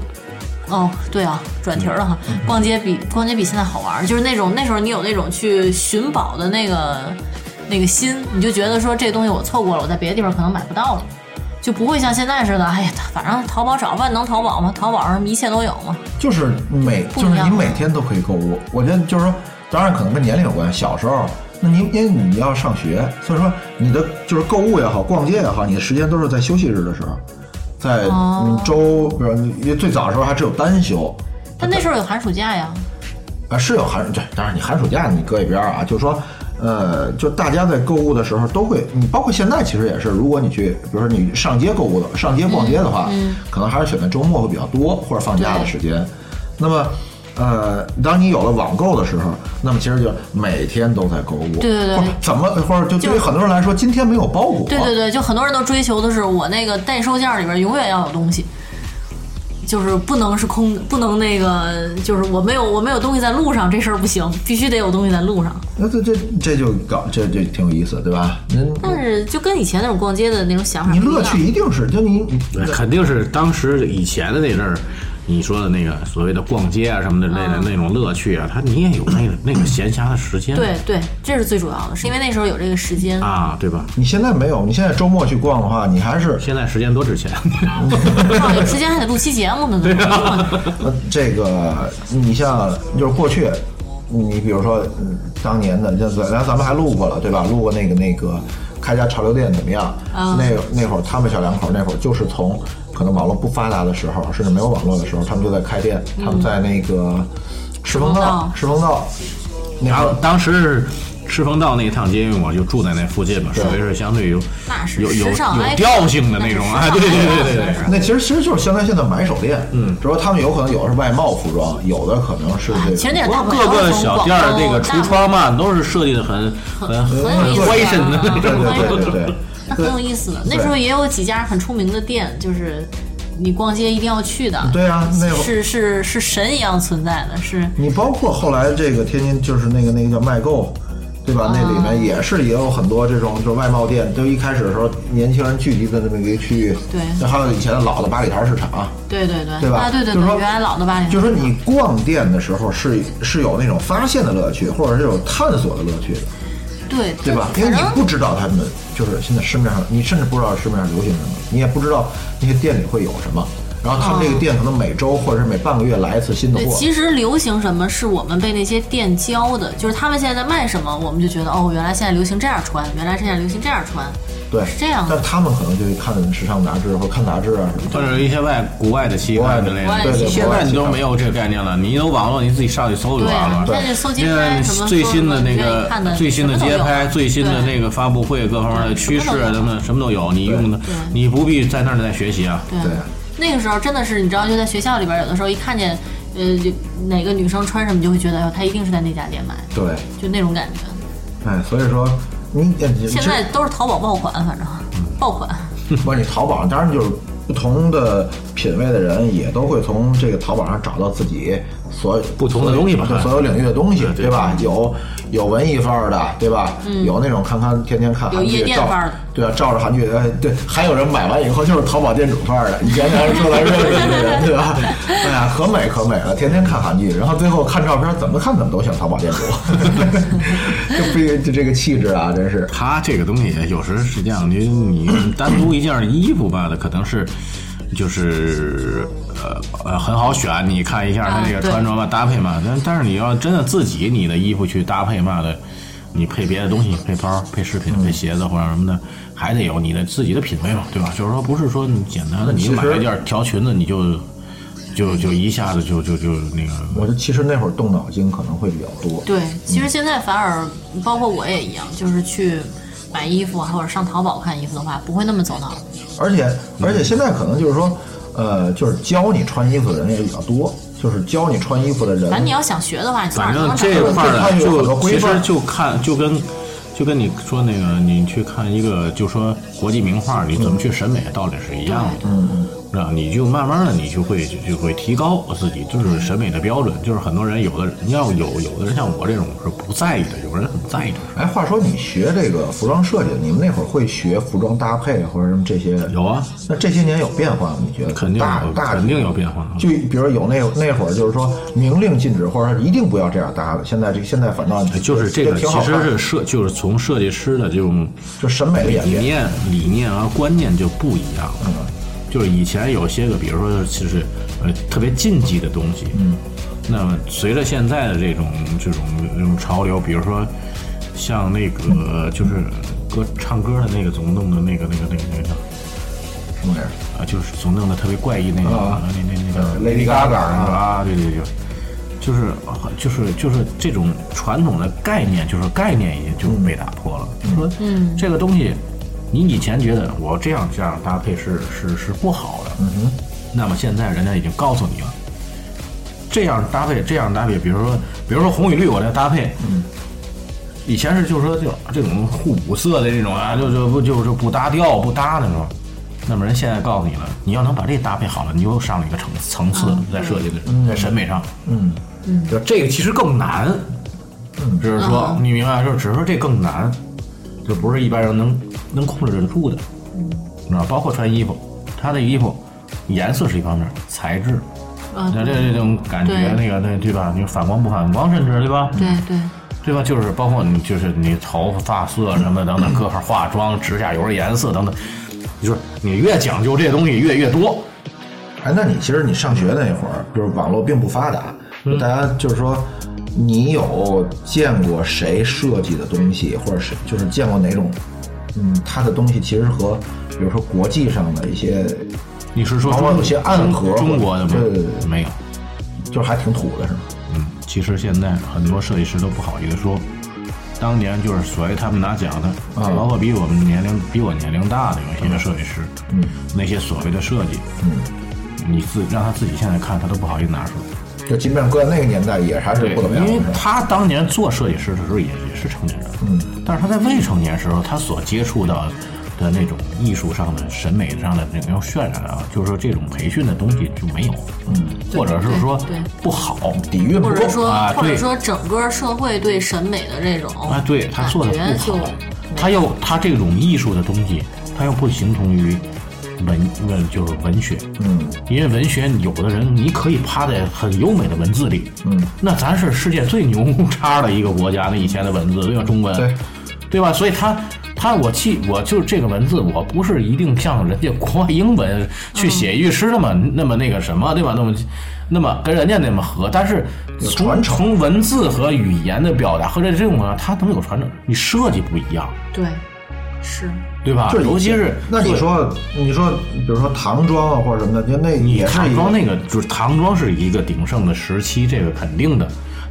Speaker 3: 哦，对啊，转题儿了哈。逛街比逛街比现在好玩儿，就是那种那时候你有那种去寻宝的那个那个心，你就觉得说这东西我错过了，我在别的地方可能买不到了，就不会像现在似的，哎呀，反正淘宝找万能淘宝嘛，淘宝上什么一切都有嘛。
Speaker 2: 就是每
Speaker 3: 不一
Speaker 2: 就是你
Speaker 3: 样
Speaker 2: 每天都可以购物。我觉得就是说，当然可能跟年龄有关。小时候，那你因为你要上学，所以说你的就是购物也好，逛街也好，你的时间都是在休息日的时候，在
Speaker 3: 哦
Speaker 2: 嗯周，比如你因为最早的时候还只有单休。
Speaker 3: 但那时候有寒暑假呀，
Speaker 2: 啊，是有寒对，当然你寒暑假你搁一边儿啊，就是说，呃，就大家在购物的时候都会，你包括现在其实也是，如果你去，比如说你上街购物的，上街逛街的话，
Speaker 3: 嗯
Speaker 2: 可能还是选择周末会比较多或者放假的时间。那么，呃，当你有了网购的时候，那么其实就每天都在购物，
Speaker 3: 对对对
Speaker 2: 或者怎么或者就对于
Speaker 3: 就
Speaker 2: 很多人来说，今天没有包裹，
Speaker 3: 对对对，就很多人都追求的是我那个代收件儿里边永远要有东西，就是不能是空的，不能那个就是我没有我没有东西在路上这事儿不行，必须得有东西在路上。
Speaker 2: 那这这这就搞这这挺有意思，对吧？您
Speaker 3: 但是就跟以前那种逛街的那种想法不
Speaker 2: 你
Speaker 3: 一样，
Speaker 2: 乐趣一定是就你你
Speaker 4: 对，肯定是当时以前的那阵儿，你说的那个所谓的逛街啊什么的那
Speaker 3: 嗯
Speaker 4: 那那种乐趣啊，他你也有那个那个闲暇的时间，
Speaker 3: 对对，这是最主要的，是因为那时候有这个时间。
Speaker 4: 啊，对吧？
Speaker 2: 你现在没有，你现在周末去逛的话，你还是
Speaker 4: 现在时间多值钱，
Speaker 3: 嗯操有时间还得录期节目呢，
Speaker 4: 啊
Speaker 3: 怎么办
Speaker 2: 呃，这个你像就是过去，你比如说嗯当年的，就咱咱们还录过了，对吧？录过那个那个开家潮流店怎么样？
Speaker 3: 啊
Speaker 2: 那那会儿他们小两口那会儿就是从可能网络不发达的时候，甚至没有网络的时候，他们就在开店，他们在那个赤峰道
Speaker 3: 嗯道，
Speaker 2: 赤峰道，那
Speaker 4: 然
Speaker 2: 会
Speaker 4: 后
Speaker 2: 儿
Speaker 4: 当时是赤峰道那一趟街，因为我就住在那附近嘛，属于是相对有
Speaker 3: 那是
Speaker 4: 有有
Speaker 3: 时尚
Speaker 4: 有
Speaker 3: icon，
Speaker 4: 调性的那种啊，对对对对对。
Speaker 2: 那其实其实就是相当于现在买手店，嗯，只不过他们有可能有的是外贸服装，有的可能是这个。
Speaker 3: 其实那个
Speaker 4: 不过
Speaker 3: 大不
Speaker 4: 各
Speaker 3: 了
Speaker 4: 个
Speaker 3: 从
Speaker 4: 小
Speaker 3: 广
Speaker 4: 店儿
Speaker 3: 州
Speaker 4: 那个
Speaker 3: 大
Speaker 4: 橱
Speaker 3: 陆
Speaker 4: 窗嘛，都是设计的很很很
Speaker 3: 很有意思啊
Speaker 4: fashion 的那
Speaker 2: 对
Speaker 4: 种
Speaker 2: 对
Speaker 4: 啊。
Speaker 2: 对对对，
Speaker 3: 那很有意思的。那时候也有几家很出名的店，就是你逛街一定要去的。
Speaker 2: 对啊那会儿
Speaker 3: 是是是神一样存在的，是
Speaker 2: 你包括后来这个天津就是那个那个叫麦购，对吧？那
Speaker 3: 啊
Speaker 2: 里面也是也有很多这种就是外贸店，就一开始的时候年轻人聚集的那么一个区域。
Speaker 3: 对
Speaker 2: 那还有以前的老的八里台市场，
Speaker 3: 对对对，
Speaker 2: 对吧
Speaker 3: 啊对对
Speaker 2: 就
Speaker 3: 对
Speaker 2: 是，说
Speaker 3: 原来哎老的八零，
Speaker 2: 就是说你逛店的时候是是有那种发现的乐趣，或者是有探索的乐趣的，
Speaker 3: 对
Speaker 2: 对吧？因
Speaker 3: 反
Speaker 2: 为你
Speaker 3: 正
Speaker 2: 不知道他们就是现在市面上，你甚至不知道市面上流行什么，你也不知道那些店里会有什么。然后他们这个店可能每周或者是每半个月来一次新的
Speaker 3: 哦对，
Speaker 2: 货。
Speaker 3: 其实流行什么是我们被那些店教的，就是他们现在在卖什么，我们就觉得哦，原来现在流行这样穿，原来现在流行这样穿，
Speaker 2: 对，
Speaker 3: 是这样的
Speaker 2: 但他们可能就会看时尚杂志或看杂志啊什么
Speaker 4: 或
Speaker 2: 的。
Speaker 4: 者一些外国外的期刊之类
Speaker 2: 国
Speaker 3: 外的
Speaker 4: 的，
Speaker 3: 对对
Speaker 4: 现在你都没有这个概念了，你有网络，你自己上去搜就
Speaker 3: 对
Speaker 4: 完
Speaker 3: 啊
Speaker 4: 了。，
Speaker 3: 现在就搜街
Speaker 4: 现在
Speaker 3: 拍什么
Speaker 4: 最新的
Speaker 3: 搜什么你
Speaker 4: 那
Speaker 3: 愿意看
Speaker 4: 个
Speaker 3: 的
Speaker 4: 最新的
Speaker 3: 什
Speaker 4: 街拍、
Speaker 3: 么都有啊
Speaker 4: 最新的那个发布会，各方面的趋势啊，
Speaker 3: 什
Speaker 4: 什
Speaker 3: 么
Speaker 4: 么什么都有。你用的，你不必在那儿再学习啊。
Speaker 3: 对
Speaker 2: 对，
Speaker 3: 那个时候真的是，你知道，就在学校里边，有的时候一看见，呃，就哪个女生穿什么，就会觉得，哎呦她一定是在那家店买的，
Speaker 2: 对，
Speaker 3: 就那种感觉。
Speaker 2: 哎，所以说你呃你
Speaker 3: 现在都是淘宝爆款，反正
Speaker 4: 嗯
Speaker 3: 爆款。
Speaker 2: 这不是你淘宝，当然就是不同的品味的人也都会从这个淘宝上找到自己所
Speaker 4: 不同的东西吧
Speaker 2: 对所有领域的东西，对吧？有有文艺范儿的，对吧？有那种看看天天看韩
Speaker 3: 嗯有夜
Speaker 2: 剧
Speaker 3: 店
Speaker 2: 照
Speaker 3: 范儿的，
Speaker 2: 对啊，照着韩剧，哎，对，还有人买完以后就是淘宝店主范儿的，以前咱说来说去的人，对 吧？哎呀，可美可美了，天天看韩剧，然后最后看照片，怎么看怎么都像淘宝店主， 就非就这个气质啊，真是。
Speaker 4: 它这个东西有时是这样，你你单独一件衣服吧，可能是就是呃呃很好选，你看一下它那
Speaker 3: 啊
Speaker 4: 个
Speaker 3: 对
Speaker 4: 穿着嘛、搭配嘛，但但是你要真的自己你的衣服去搭配嘛的，你配别的东西，配包、配饰品、配鞋子或者什么的，还得有你的自己的品味嘛，对吧？就是说不是说你简单的你
Speaker 2: 其实
Speaker 4: 买一件条裙子你就。就就一下子就就就那个，
Speaker 2: 我就其实那会儿动脑筋可能会比较多。
Speaker 3: 对，
Speaker 4: 嗯
Speaker 3: 其实现在反而包括我也一样，就是去买衣服啊或者上淘宝看衣服的话，不会那么走脑子。
Speaker 2: 而且
Speaker 4: 嗯
Speaker 2: 而且现在可能就是说，呃，就是教你穿衣服的人也比较多，就是教你穿衣服的人，
Speaker 3: 反正你要想学的话，你从哪儿
Speaker 4: 反
Speaker 3: 都
Speaker 4: 正
Speaker 3: 能找
Speaker 4: 这
Speaker 3: 到。
Speaker 4: 一块儿呢，
Speaker 2: 就它有很多
Speaker 4: 就
Speaker 2: 规
Speaker 4: 其实
Speaker 2: 范
Speaker 4: 就看就跟就跟你说那个，你去看一个就说国际名画，你怎么去审美，道理是一样的。嗯嗯。是吧？你就慢慢的，你就会就就会提高自己就是审美的标准。就是很多人有的人你要有有的人像我这种是不在意的，有人很在意这个事
Speaker 2: 哎，话说你学这个服装设计，你们那会儿会学服装搭配或者什么这些？
Speaker 4: 儿。有啊，
Speaker 2: 那这些年有变化吗？你觉得？
Speaker 4: 肯定
Speaker 2: 大
Speaker 4: 有
Speaker 2: 大
Speaker 4: 肯定有变化。嗯
Speaker 2: 就比如有那那会儿就是说明令禁止，或者说一定不要这样搭的。现在这现在反正
Speaker 4: 哎就是这个
Speaker 2: 挺
Speaker 4: 其
Speaker 2: 好看
Speaker 4: 实是设就是从设计师的这种
Speaker 2: 就审美的演
Speaker 4: 理
Speaker 2: 变。
Speaker 4: 念、理念和观念就不一样了。就是以前有些个，比如说就是呃特别禁忌的东西，嗯，那么随着现在的这种这种这种潮流，比如说像那 个就是歌唱歌的那个总弄的那个那个那个那个叫
Speaker 2: 什么玩意儿？
Speaker 4: 啊，就是总弄的特别怪异那个、
Speaker 2: 啊
Speaker 4: 那那那
Speaker 2: 呃
Speaker 4: 个
Speaker 2: Lady Gaga
Speaker 4: 那个啊，对对对，就是就是就是这种传统的概念，就是概念已经就被打破了，就说这个东西，你以前觉得我这样这样搭配是是是不好的，嗯哼，那么现在人家已经告诉你了。这样搭配，这样搭配，比如说，比如说红与绿，我这搭配，嗯，以前是就是说就这种互补色的这种啊，就就不就就不搭调不搭那种。那么人现在告诉你了，你要能把这搭配好了，你又上了一个层层次，在设计的在审美上，
Speaker 2: 嗯，
Speaker 4: 就这个其实更难。只是说你明白，就是只是说这更难，就不是一般人能能控制得住的。
Speaker 2: 嗯
Speaker 4: 你知道，包括穿衣服，他的衣服颜色是一方面，材质，
Speaker 3: 啊
Speaker 4: 那这这种感觉，
Speaker 3: 对
Speaker 4: 那个那对吧？你反光不反光，甚至对吧？
Speaker 3: 对对，
Speaker 4: 对吧？就是包括你，就是你头发、发色什么等 等，各方化妆、指甲油的颜色等等，你说你越讲究这东西越越多，
Speaker 2: 哎，那你其实你上学那会儿，就是网络并不发达，
Speaker 4: 嗯
Speaker 2: 就大家就是说，你有见过谁设计的东西，或者是就是见过哪种，嗯，他的东西其实和比如说国际上的一些，
Speaker 4: 你是说
Speaker 2: 往往有些暗合
Speaker 4: 中中国的吗？
Speaker 2: 对对对
Speaker 4: 没有。
Speaker 2: 就是还挺土的是吗？
Speaker 4: 嗯，其实现在很多设计师都不好意思说，当年就是所谓他们拿奖的，
Speaker 2: 啊
Speaker 4: 包括比我们年龄比我年龄大的有些设计师，嗯，那些所谓的设计，嗯，你自让他自己现在看，他都不好意思拿出来。
Speaker 2: 就即便搁在那个年代也还是不怎么样
Speaker 4: 因
Speaker 2: 的
Speaker 4: 为
Speaker 2: 是吧。
Speaker 4: 他当年做设计师的时候也也是成年人，嗯，但是他在未成年时候，他所接触到的那种艺术上的、审美上的那种渲染啊，就是说这种培训的东西就没有，嗯，或者是说
Speaker 3: 对对
Speaker 4: 不好，
Speaker 2: 底蕴不
Speaker 3: 或
Speaker 2: 够
Speaker 3: 者，说
Speaker 4: 啊
Speaker 3: 或者
Speaker 4: 对
Speaker 3: 说整个社会对审美的这种
Speaker 4: 啊，对他做的
Speaker 3: 感
Speaker 4: 不
Speaker 3: 觉
Speaker 4: 好
Speaker 3: 就，
Speaker 4: 他又他这种艺术的东西，他又不形同于文文就是文学，
Speaker 2: 嗯，
Speaker 4: 因为文学有的人你可以趴在很优美的文字里，嗯，那咱是世界最牛叉的一个国家，那以前的文字对吧？中文，
Speaker 2: 对，
Speaker 4: 对吧？所以他。他我记我就是这个文字，我不是一定像人家国外英文去写
Speaker 2: 嗯
Speaker 4: 一句诗那么、那么那个什么，对吧？那么那么跟人家那么合，但是
Speaker 2: 有
Speaker 4: 从
Speaker 2: 传承
Speaker 4: 从文字和语言的表达和这这种啊，它能有传承。你设计不一样，
Speaker 3: 对是
Speaker 4: 对吧？
Speaker 2: 就是
Speaker 4: 尤其是
Speaker 2: 那你说，你说，比如说唐装啊或者什么的，就那
Speaker 4: 你
Speaker 2: 也是
Speaker 4: 唐
Speaker 2: 一
Speaker 4: 装
Speaker 2: 个
Speaker 4: 那个，就是唐装是一个鼎盛的时期，这个肯定的。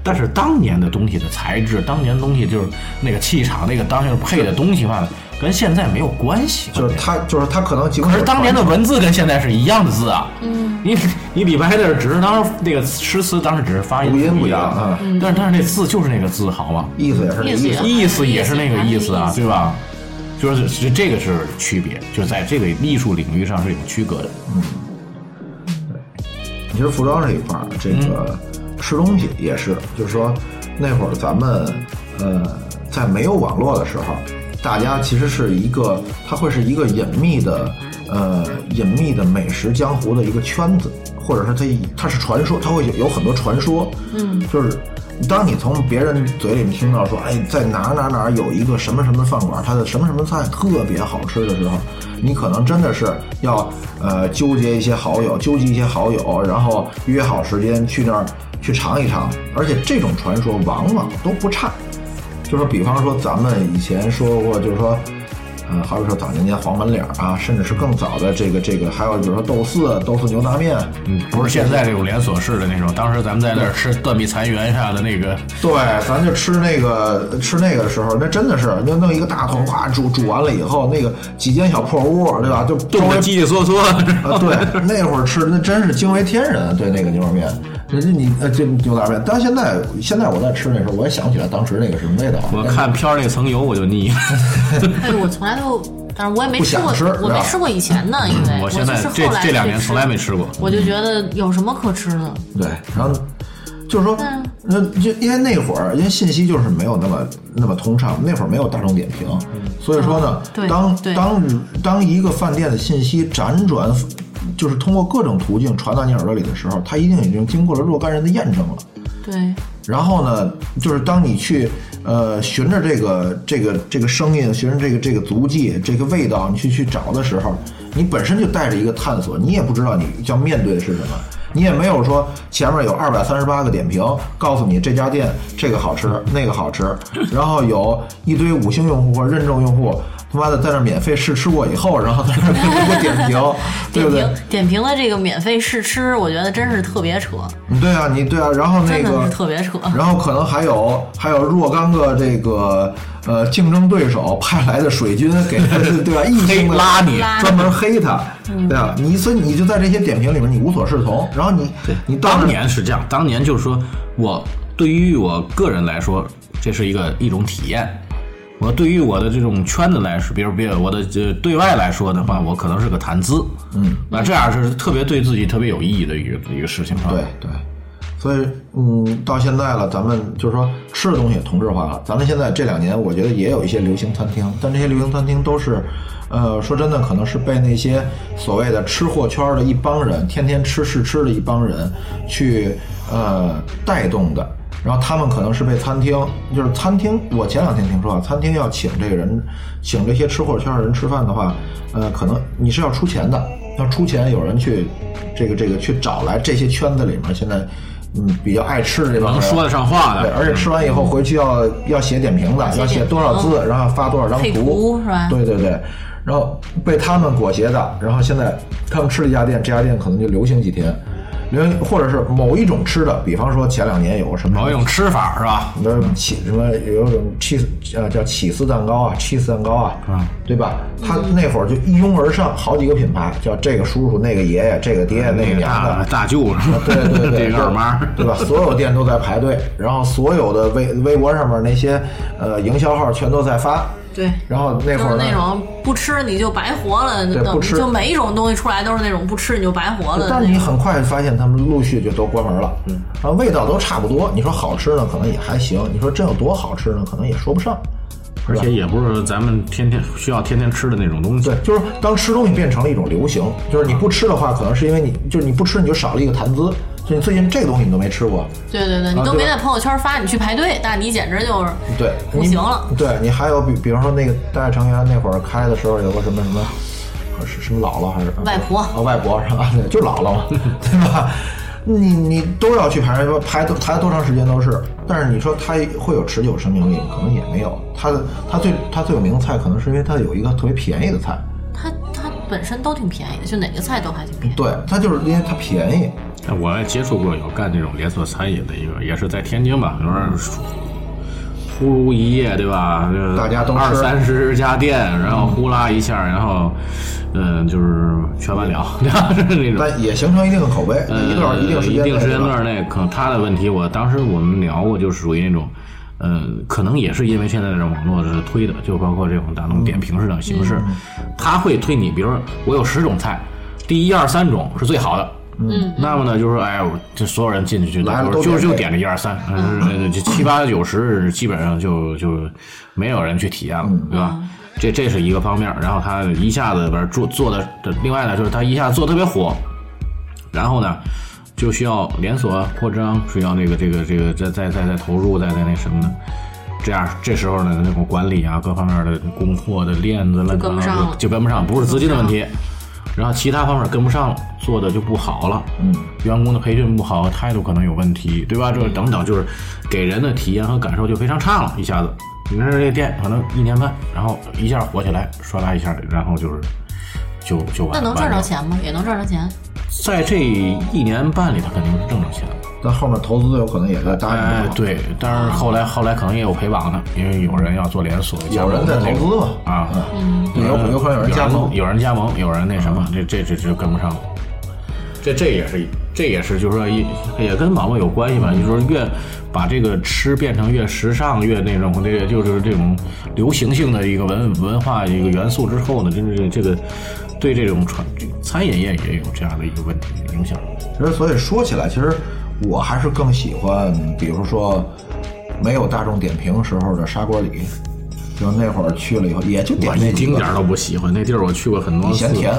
Speaker 4: 但是当年的东西的材质，当年东西就是那个气场，那个当年配的东西嘛，跟现在没有关系。
Speaker 2: 就是他就是他可能尽管
Speaker 4: 可
Speaker 2: 有
Speaker 4: 是当年的
Speaker 2: 传
Speaker 4: 文字跟现在是一样的字啊。嗯，你你李白的只是当时那个诗词，当时只是发音
Speaker 2: 读音不一样
Speaker 4: 啊，但是但是那字就是那个字，好吗？
Speaker 2: 意思也是那
Speaker 3: 意思也
Speaker 4: 意思也是那个意思啊，
Speaker 3: 意思
Speaker 4: 对吧？就是这这个是区别，就是在这个艺术领域上是有区隔的。
Speaker 2: 其实服装这一块儿，这个吃东西也是，就是说那会儿咱们呃在没有网络的时候，大家其实是一个，它会是一个隐秘的呃隐秘的美食江湖的一个圈子，或者说它它是传说，它会有有很多传说，嗯，就是。当你从别人嘴里面听到说，哎，在哪儿哪儿哪儿有一个什么什么饭馆，它的什么什么菜特别好吃的时候，你可能真的是要呃纠结一些好友，纠集一些好友，然后约好时间去那儿去尝一尝。而且这种传说往往都不差，就说比方说咱们以前说过，就是说呃，好比说早年间黄焖脸儿啊，甚至是更早的这个这个，还有比如说豆四、豆四牛杂面，
Speaker 4: 嗯，不是现在这种连锁式的那种，当时咱们在那儿吃断壁残垣下的那个，
Speaker 2: 对，咱就吃那个吃那个的时候，那真的是那弄一个大桶，哗煮煮完了以后，那个几间小破屋，对吧？就
Speaker 4: 冻
Speaker 2: 稍微
Speaker 4: 得叽叽嗦嗦。
Speaker 2: 啊，对，那会儿吃那真是惊为天人，对那个牛肉面，人家你呃这牛杂面，但现在现在我在吃那时候，我也想不起来当时那个什么味道。 啊
Speaker 4: 我看飘儿那层油我 就腻，
Speaker 3: 哎，我从来都，但是我也没
Speaker 2: 不
Speaker 3: 吃
Speaker 2: 想
Speaker 3: 过，
Speaker 2: 吃
Speaker 3: 我
Speaker 2: 是吧
Speaker 3: 没吃过以前的，因为
Speaker 4: 嗯我现
Speaker 3: 就
Speaker 4: 在
Speaker 3: 是
Speaker 4: 这
Speaker 3: 后来
Speaker 4: 这两
Speaker 3: 去
Speaker 4: 年
Speaker 3: 吃
Speaker 4: 从来没吃过。
Speaker 3: 我就觉得有什么可吃的？
Speaker 2: 对，然后就是说
Speaker 3: 嗯，
Speaker 2: 那就因为那会儿，因为信息就是没有那么那么通畅，那会儿没有大众点评，所以说呢，
Speaker 3: 哦对
Speaker 2: 当
Speaker 3: 对
Speaker 2: 当当一个饭店的信息辗转，就是通过各种途径传到你耳朵里的时候，它一定已经经过了若干人的验证了。
Speaker 3: 对，
Speaker 2: 然后呢，就是当你去呃循着这个这个这个声音，循着这个这个足迹、这个味道，你去去找的时候，你本身就带着一个探索，你也不知道你要面对的是什么，你也没有说前面有二百三十八个点评告诉你这家店这个好吃那个好吃，然后有一堆五星用户或认证用户。他妈的，在那免费试吃过以后，然后在那 给我点评，对
Speaker 3: 点
Speaker 2: 不对？
Speaker 3: 评点评的这个免费试吃，我觉得真是特别扯，
Speaker 2: 对啊，你对啊，然后那
Speaker 3: 真的
Speaker 2: 个
Speaker 3: 是特别扯。
Speaker 2: 然后可能还有还有若干个这个呃竞争对手派来的水军给 他对吧？一星的
Speaker 4: 拉你
Speaker 2: 专门黑他，对吧？你所以你就在这些点评里面你无所适从，然后你你到
Speaker 4: 当
Speaker 2: 那
Speaker 4: 年是这样，当年就是说我对于我个人来说，这是一个一种体验。我对于我的这种圈子来说，比如比如我的呃对外来说的话，我可能是个谈资，嗯，那这样是特别对自己特别有意义的一个一个事情，是吧
Speaker 2: 对对，所以嗯，到现在了，咱们就是说吃的东西也同质化了。咱们现在这两年，我觉得也有一些流行餐厅，但这些流行餐厅都是，呃，说真的，可能是被那些所谓的吃货圈儿的一帮人，天天吃试吃的一帮人去呃带动的。然后他们可能是被餐厅，就是餐厅。我前两天听说啊，餐厅要请这个人，请这些吃货圈儿的人吃饭的话，呃，可能你是要出钱的，要出钱有人去，这个这个去找来这些圈子里面现在，嗯，比较爱吃的这帮
Speaker 4: 能
Speaker 2: 人啊
Speaker 4: 说得上话
Speaker 2: 对，
Speaker 4: 的，
Speaker 2: 而且吃完以后回去要要写点评的，要写多少字，然后发多少张
Speaker 3: 配
Speaker 2: 图
Speaker 3: 图是吧
Speaker 2: 对对对，然后被他们裹挟的，然后现在他们吃了一家店，这家店可能就流行几天，流行或者是某一种吃的，比方说前两年有个什么
Speaker 4: 某一种吃法是吧？
Speaker 2: 那起什么有一种 cheese 呃叫起司蛋糕啊，cheese 蛋糕啊，
Speaker 4: 嗯
Speaker 2: 对吧？他那会儿就一拥而上，好几个品牌，叫这个叔叔，那个爷爷，这个爹，那个
Speaker 4: 嗯个啊
Speaker 2: 娘的
Speaker 4: 大，大舅是吧？
Speaker 2: 对 对对，
Speaker 4: 这个二妈
Speaker 2: 就是， 对吧？所有店都在排队，然后所有的微微博上面那些呃营销号全都在发，
Speaker 3: 对，
Speaker 2: 然后那会
Speaker 3: 就是
Speaker 2: 儿呢
Speaker 3: 那种不吃你就白活了，
Speaker 2: 对
Speaker 3: 等
Speaker 2: 不吃
Speaker 3: 就每一种东西出来都是那种不吃你就白活了。
Speaker 2: 但是你很快发现他们陆续就都关门了，嗯，然后味道都差不多。你说好吃呢，可能也还行；你说真有多好吃呢，可能也说不上。
Speaker 4: 而且也不是咱们天天需要天天吃的那种东西
Speaker 2: 对，，就是当吃东西变成了一种流行，就是你不吃的话，可能是因为你就是你不吃你就少了一个谈资，就你最近这个东西你都没吃过，
Speaker 3: 对对对，你
Speaker 2: 啊对
Speaker 3: 都
Speaker 2: 嗯
Speaker 3: 没
Speaker 2: 吧
Speaker 3: 在朋友圈发，你去排队，但你简直就是
Speaker 2: 对，
Speaker 3: 不
Speaker 2: 你
Speaker 3: 行了。
Speaker 2: 对你还有比，比方说那个大悦城原来那会儿开的时候有个什么什么，呃是什么姥姥还是
Speaker 3: 外婆
Speaker 2: 啊、外婆是吧？ 对，就姥姥 嘛，对吧？你你都要去排说排多排多长时间都是，但是你说它会有持久生命力吗，可能也没有。它的它最它最有名的菜，可能是因为它有一个特别便宜的菜，
Speaker 3: 它它本身都挺便宜的，就哪个菜都还挺便宜。
Speaker 2: 对，它就是因为它便宜，
Speaker 4: 但我也接触过有干这种连锁餐饮的一个，也是在天津吧，有人说忽如一夜，对吧？这个
Speaker 2: 大家都吃
Speaker 4: 二三十家店，然后呼啦一下，然后嗯，就是全完了， 对吧？是那种。
Speaker 2: 但也形成一定的口碑，那一段
Speaker 4: 呃
Speaker 2: 定时间内
Speaker 4: 一定时间
Speaker 2: 对吧
Speaker 4: 段内，可能他的问题，我当时我们聊过，就属于那种，嗯，可能也是因为现在这种网络是推的，就包括这种大众点评式的形式，
Speaker 2: 嗯
Speaker 4: 他会推你，比如说我有十种菜，第一二三种是最好的。嗯，那么呢，就是哎，我这所有人进去就
Speaker 2: 来了都
Speaker 4: 就
Speaker 2: 点
Speaker 4: 是
Speaker 2: 这
Speaker 4: 就
Speaker 2: 个
Speaker 4: 点这一二三，呃，就七八九十基本上就就没有人去体验了，
Speaker 2: 嗯
Speaker 4: 对吧？这这是一个方面，然后他一下子把做做的，另外呢就是他一下子做得特别火，然后呢，就需要连锁扩张，需要那个这个这个再再再再投入，再再那什么的。这样，这时候呢，那种管理啊，各方面的供货的链子乱七
Speaker 3: 跟
Speaker 4: 八
Speaker 3: 不上
Speaker 4: 糟
Speaker 3: 了
Speaker 4: 就跟不上，不是资金的问题，然后其他方面跟不上了，做的就不好了。嗯，员工的培训不好，态度可能有问题，对吧？这等等，就是给人的体验和感受就非常差了，一下子。比如说这个店可能一年半，然后一下火起来，唰啦一下，然后就是就就
Speaker 3: 那
Speaker 4: 完。
Speaker 3: 能赚
Speaker 4: 完
Speaker 3: 着
Speaker 4: 了？
Speaker 3: 钱吗？也能赚着钱。
Speaker 4: 在这一年半里，他肯定是挣着钱的。
Speaker 2: 但后面投资有可能也在搭
Speaker 4: 哎
Speaker 2: 上，，，
Speaker 4: 对，但是后来后来可能也有陪绑的，因为有人要做连锁，加
Speaker 2: 有人
Speaker 4: 盟
Speaker 2: 在
Speaker 4: 那
Speaker 2: 投
Speaker 4: 种
Speaker 2: 资嘛，
Speaker 4: 啊，
Speaker 2: 有有可能有人加盟，
Speaker 4: 有人加盟，有人那什么，这这这这跟不上。这这也是这也是就是说也也跟毛毛有关系吧，就是说越把这个吃变成越时尚越那种这个就是这种流行性的一个文文化一个元素之后呢，真是这个对这种传餐饮业也有这样的一个问题影响。
Speaker 2: 其实，所以说起来，其实我还是更喜欢，比如说没有大众点评时候的砂锅里，就那会儿去了以后，也就点
Speaker 4: 我
Speaker 2: 那
Speaker 4: 一
Speaker 2: 几
Speaker 4: 丁
Speaker 2: 个
Speaker 4: 点儿都不喜欢那地儿，我去过很多次。
Speaker 2: 咸甜，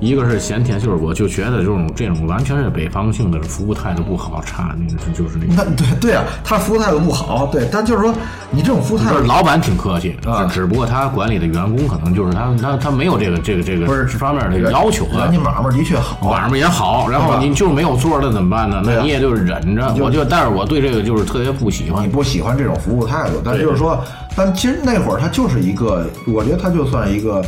Speaker 4: 一个是咸甜，就是我就觉得这种这种完全是北方性的服务态度不好差，那个是就是那
Speaker 2: 那
Speaker 4: 个。
Speaker 2: 对对啊，他服务态度不好，对，但就是说你这种服务态
Speaker 4: 就是
Speaker 2: 度
Speaker 4: 老板挺客气，
Speaker 2: 啊
Speaker 4: 只只不过他管理的员工可能就是他他他没有这个这个这个
Speaker 2: 不是
Speaker 4: 这方面的要求啊哦
Speaker 2: 人家。买卖的确好，
Speaker 4: 晚上也好，然后
Speaker 2: 对吧
Speaker 4: 你就是没有座儿那怎么办呢？
Speaker 2: 对
Speaker 4: 那
Speaker 2: 啊
Speaker 4: 你也就是忍着。我就但是我对这个就是特别不喜欢
Speaker 2: 你。不喜欢这种服务态度，但就是说，但其实那会儿它就是一个，我觉得它就算一个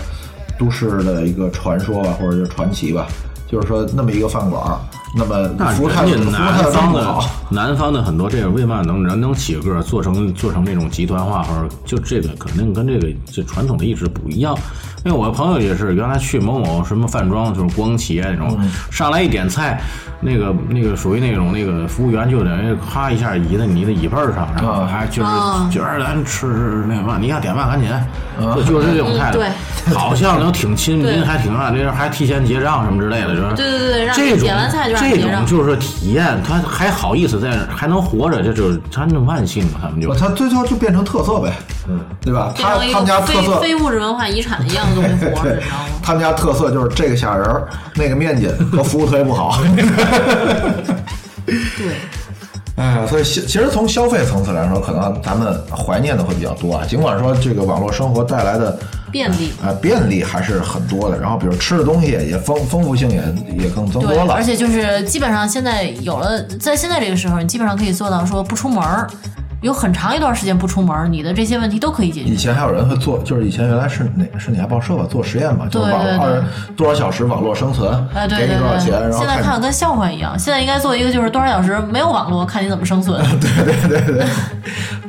Speaker 2: 都市的一个传说吧，或者就传奇吧，就是说那么一个饭馆儿，那么
Speaker 4: 那
Speaker 2: 服务态度，服
Speaker 4: 人
Speaker 2: 务
Speaker 4: 家
Speaker 2: 态
Speaker 4: 南
Speaker 2: 度
Speaker 4: 方
Speaker 2: 不
Speaker 4: 的
Speaker 2: 好，
Speaker 4: 南方的很多这个为嘛能人能起个儿做成做成这种极端化，或者就这个肯定跟这个这传统的意识不一样。因为我朋友也是原来去某某什么饭庄，就是光企啊那种，上来一点菜，那个那个属于那种那个服务员就等于咔一下移到你的椅背儿上，然后
Speaker 2: 啊
Speaker 4: 还就是
Speaker 3: 啊
Speaker 4: 今儿咱吃那什么，你要点嘛赶紧，就就是这种态度，
Speaker 3: 嗯
Speaker 4: 好像能挺亲民，
Speaker 3: 对
Speaker 4: 还挺啊，这人还提前结账什么之类的，就是
Speaker 3: 对对对，让
Speaker 4: 这
Speaker 3: 你
Speaker 4: 种
Speaker 3: 点完菜就让你
Speaker 4: 这
Speaker 3: 结
Speaker 4: 种
Speaker 3: 账。
Speaker 4: 就是说体验，他还好意思在那儿还能活着，这就是他那万幸嘛，他们就
Speaker 2: 它最后就变成特色呗，嗯，对吧？
Speaker 3: 变
Speaker 2: 他
Speaker 3: 成一
Speaker 2: 他们家
Speaker 3: 个
Speaker 2: 特
Speaker 3: 非
Speaker 2: 色，
Speaker 3: 非物质文化遗产一样的东西活着，
Speaker 2: 对
Speaker 3: 你知道 吗？
Speaker 2: 他们家特色就是这个吓人儿，那个面筋和服务特别不好。
Speaker 3: 对，
Speaker 2: 哎，所以其其实从消费层次来说，可能咱们怀念的会比较多啊。尽管说这个网络生活带来的
Speaker 3: 便利。
Speaker 2: 啊、便利还是很多的。然后比如吃的东西也丰丰富性也也更增
Speaker 3: 对
Speaker 2: 多，了，
Speaker 3: 而且就是基本上现在有了，在现在这个时候，你基本上可以做到说不出门儿，有很长一段时间不出门儿，你的这些问题都可以解决
Speaker 2: 以。前还有人会做，就是以前原来是哪是哪家报社吧，做实验嘛，就是
Speaker 3: 对
Speaker 2: 网
Speaker 3: 对
Speaker 2: 络
Speaker 3: 对
Speaker 2: 二多少小时网络生存，
Speaker 3: 哎，对
Speaker 2: 给
Speaker 3: 对
Speaker 2: 你多少钱，然
Speaker 3: 对，
Speaker 2: 后
Speaker 3: 现在看
Speaker 2: 看
Speaker 3: 的跟笑话一样。现在应该做一个，就是多少小时没有网络，看你怎么 生存。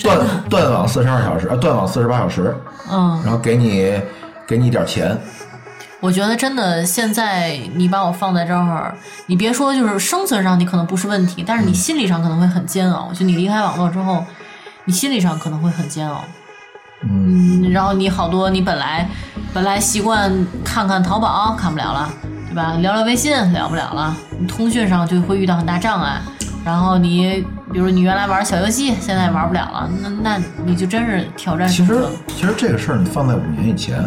Speaker 2: 断断网四十二小时，啊，断网四十八小时，
Speaker 3: 嗯，
Speaker 2: 然后给你给你一点钱，
Speaker 3: 我觉得真的，现在你把我放在这儿，你别说就是生存上你可能不是问题，但是你心理上可能会很煎熬。就你离开网络之后，你心理上可能会很煎熬。嗯，然后你好多你本来本来习惯看看淘宝看不了了，对吧？聊聊微信聊不了了，你通讯上就会遇到很大障碍。然后你比如你原来玩小游戏，现在玩不了了，那那你就真哎是挑战
Speaker 2: 其
Speaker 3: 生
Speaker 2: 实
Speaker 3: 存。
Speaker 2: 其实这个事儿你放在五年以前，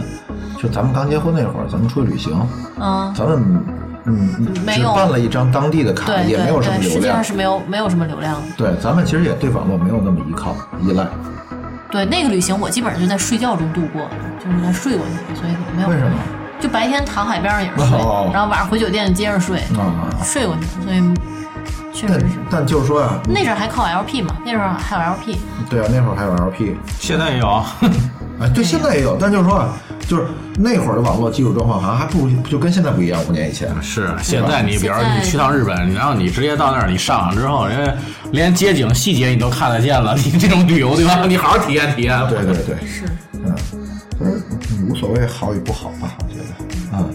Speaker 2: 就咱们刚结婚那会儿，咱们出去旅行，
Speaker 3: 嗯，
Speaker 2: 咱们嗯
Speaker 3: 没
Speaker 2: 只
Speaker 3: 有
Speaker 2: 办了一张当地的卡，
Speaker 3: 对
Speaker 2: 也没有什么
Speaker 3: 对对，
Speaker 2: 流
Speaker 3: 实际
Speaker 2: 量
Speaker 3: 上。是没有没有什么流量的。
Speaker 2: 对，咱们其实也对网络没有那么依靠依赖，
Speaker 3: 对，那个旅行我基本上就在睡觉中度过，就是在睡过去，所以没有
Speaker 2: 为什么？
Speaker 3: 就白天躺海边上也是睡，
Speaker 2: 哦
Speaker 3: 然后晚上回酒店接着睡，
Speaker 2: 啊、
Speaker 3: 睡过去，所以确实
Speaker 2: 但
Speaker 3: 是。
Speaker 2: 但就是说啊，
Speaker 3: 那阵儿还靠 LP 嘛，那时候还有 LP，
Speaker 2: 对啊，那会儿还有 LP，
Speaker 4: 现在也有，
Speaker 2: 哎，对，现在也有，但就是说啊，就是那会儿的网络基础状况好像还不如就跟现在不一样，五年以前。
Speaker 4: 是啊现在你比如说
Speaker 3: 现在
Speaker 4: 你去趟日本，然后你直接到那儿，你上场之后，人家连街景细节你都看得见了，你这种旅游对吧？你好好体验体验。
Speaker 2: 对对对，
Speaker 3: 是
Speaker 2: 嗯，就是嗯无所谓好与不好吧，我觉得，嗯。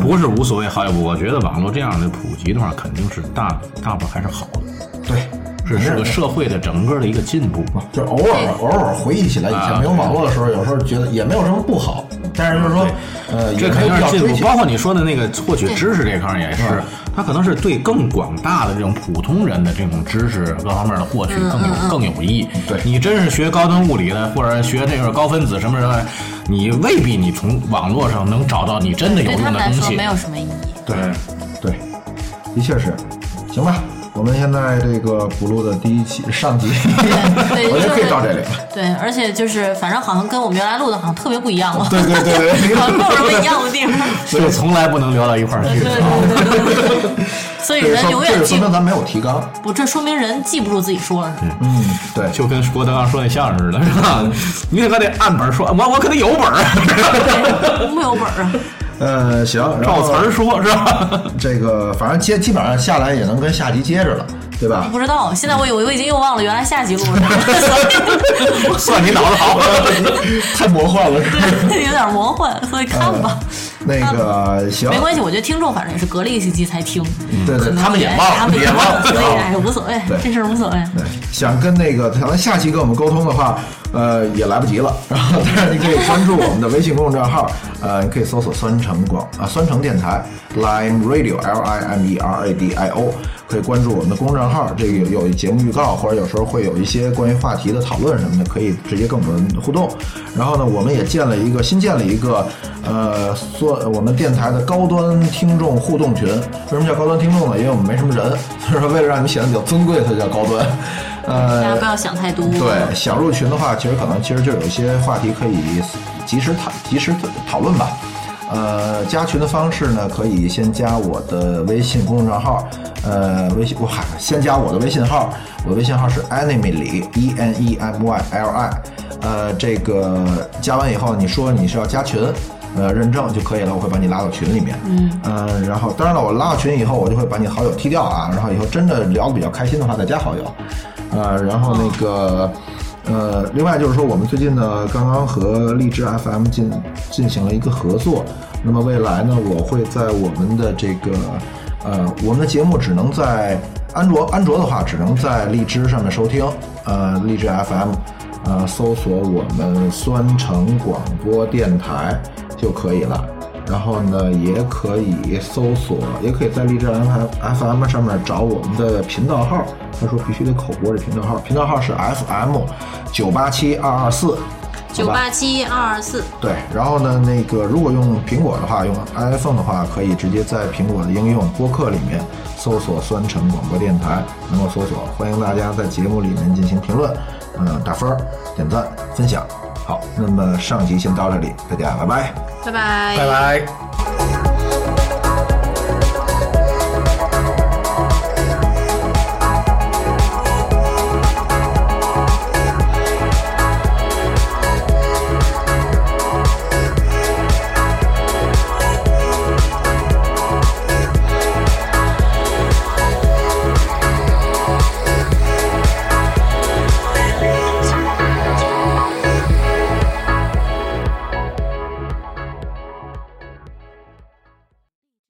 Speaker 4: 不是无所谓好与不，我觉得网络这样的普及的话，肯定是大大部分还是好的，
Speaker 2: 对，
Speaker 4: 是是个社会的整个的一个进步。
Speaker 2: 就是偶尔偶尔回忆起来以前没有网络的时候，有时候觉得也没有什么不好，但是就是说，呃，
Speaker 4: 这
Speaker 2: 也
Speaker 4: 肯
Speaker 2: 没有
Speaker 4: 定
Speaker 2: 必
Speaker 4: 是
Speaker 2: 要
Speaker 4: 进
Speaker 2: 追
Speaker 4: 步，
Speaker 2: 求
Speaker 4: 包括你说的那个获取知识这一块儿也是，它可能是对更广大的这种普通人的这种知识各方面的获取
Speaker 3: 嗯
Speaker 4: 更有更有益。
Speaker 2: 对
Speaker 4: 你真是学高等物理的，或者学这个高分子什么什么，你未必你从网络上能找到你真的有
Speaker 3: 对他们
Speaker 4: 用的
Speaker 3: 来
Speaker 4: 东
Speaker 3: 说
Speaker 4: 西
Speaker 3: 没。有什么意义。
Speaker 2: 对对，的确是，行吧，我们现在这个补录的第一期上集，
Speaker 3: 对
Speaker 2: 我觉得可
Speaker 3: 就
Speaker 2: 以
Speaker 3: 是
Speaker 2: 到这里了。
Speaker 3: 对，而且就是反正好像跟我们原来录的好像特别不一样了，
Speaker 2: 对对对哦 对，
Speaker 3: 好像没有什么一样的 地方。
Speaker 4: 所以从来不能聊到一块儿去。
Speaker 3: 对对对对对对，所以
Speaker 2: 这
Speaker 3: 人
Speaker 2: 说
Speaker 3: 永
Speaker 2: 这
Speaker 3: 远
Speaker 2: 就
Speaker 3: 记
Speaker 2: 说
Speaker 3: 不
Speaker 2: 明咱没有提纲。
Speaker 3: 不，这说明人记不住自己说了什么。
Speaker 2: 嗯，对，
Speaker 4: 就跟郭德纲说那相声似的，是吧？你可得按本儿说，我我可得有本 儿，
Speaker 3: 木有本儿啊，
Speaker 2: 呃，行，然
Speaker 4: 照
Speaker 2: 后
Speaker 4: 词儿说，是吧？
Speaker 2: 这个反正接基本上下来也能跟下集接着了，对吧？
Speaker 3: 不知道。现在我有我已经又忘了原来下集录什么，
Speaker 4: 算你脑子好。
Speaker 2: 太魔幻了，是吧？
Speaker 3: 所以有点魔幻，所以看吧。
Speaker 2: 嗯那个行，
Speaker 3: 嗯没关系，我觉得听众反正也是隔了一星期才听，
Speaker 2: 对
Speaker 3: 可
Speaker 2: 对，嗯
Speaker 3: 能
Speaker 2: 他们也忘
Speaker 3: 他
Speaker 2: 了，
Speaker 3: 们
Speaker 2: 也
Speaker 3: 也
Speaker 2: 忘
Speaker 3: 忘，所以
Speaker 2: 了。
Speaker 3: 哎，无所谓
Speaker 2: 对，
Speaker 3: 这事儿无所谓。
Speaker 2: 对，想跟那个想下期跟我们沟通的话，呃，也来不及了。 然后，但是你可以关注我们的微信公众账号，呃，你可以搜索“酸橙广”啊，“酸橙电台 ”（Lime Radio L I M E R A D I O），可以关注我们的公众账号。这个有有节目预告，或者有时候会有一些关于话题的讨论什么的，可以直接跟我们互动。然后呢，我们也建了一个新建了一个呃，做我们电台的高端听众互动群。为什么叫高端听众呢？因为我们没什么人，所以说为了让你们显得比较尊贵，它叫高端。
Speaker 3: 大家不
Speaker 2: 呃，
Speaker 3: 要想太多。
Speaker 2: 对，想入群的话，其实可能其实就有一些话题可以及时讨及时讨论吧。呃，加群的方式呢，可以先加我的微信公众账号，呃，微信我嗨，先加我的微信号，我的微信号是 enemy 里 e n e m y l i，呃，这个加完以后，你说你是要加群。呃，认证就可以了，我会把你拉到群里面。嗯，呃，然后当然了，我拉到群以后，我就会把你好友踢掉啊。然后以后真的聊得比较开心的话，再加好友。呃，然后那个，呃，另外就是说，我们最近呢，刚刚和荔枝 FM 进进行了一个合作。那么未来呢，我会在我们的这个，呃，我们的节目只能在安卓安卓的话，只能在荔枝上面收听。呃，荔枝 FM，呃，搜索我们酸橙广播电台就可以了。然后呢，也可以搜索，也可以在荔枝 FM FM 上面找我们的频道号。他说必须得口播这频道号，频道号是 FM 九八七二二四。
Speaker 3: 九八七二二四，
Speaker 2: 对，然后呢，那个如果用苹果的话，用 iPhone 的话，可以直接在苹果的应用播客里面搜索“酸橙广播电台”，能够搜索。欢迎大家在节目里面进行评论，嗯、打分儿、点赞、分享。好，那么上集先到这里，大家拜拜。
Speaker 3: 拜拜。
Speaker 4: 拜。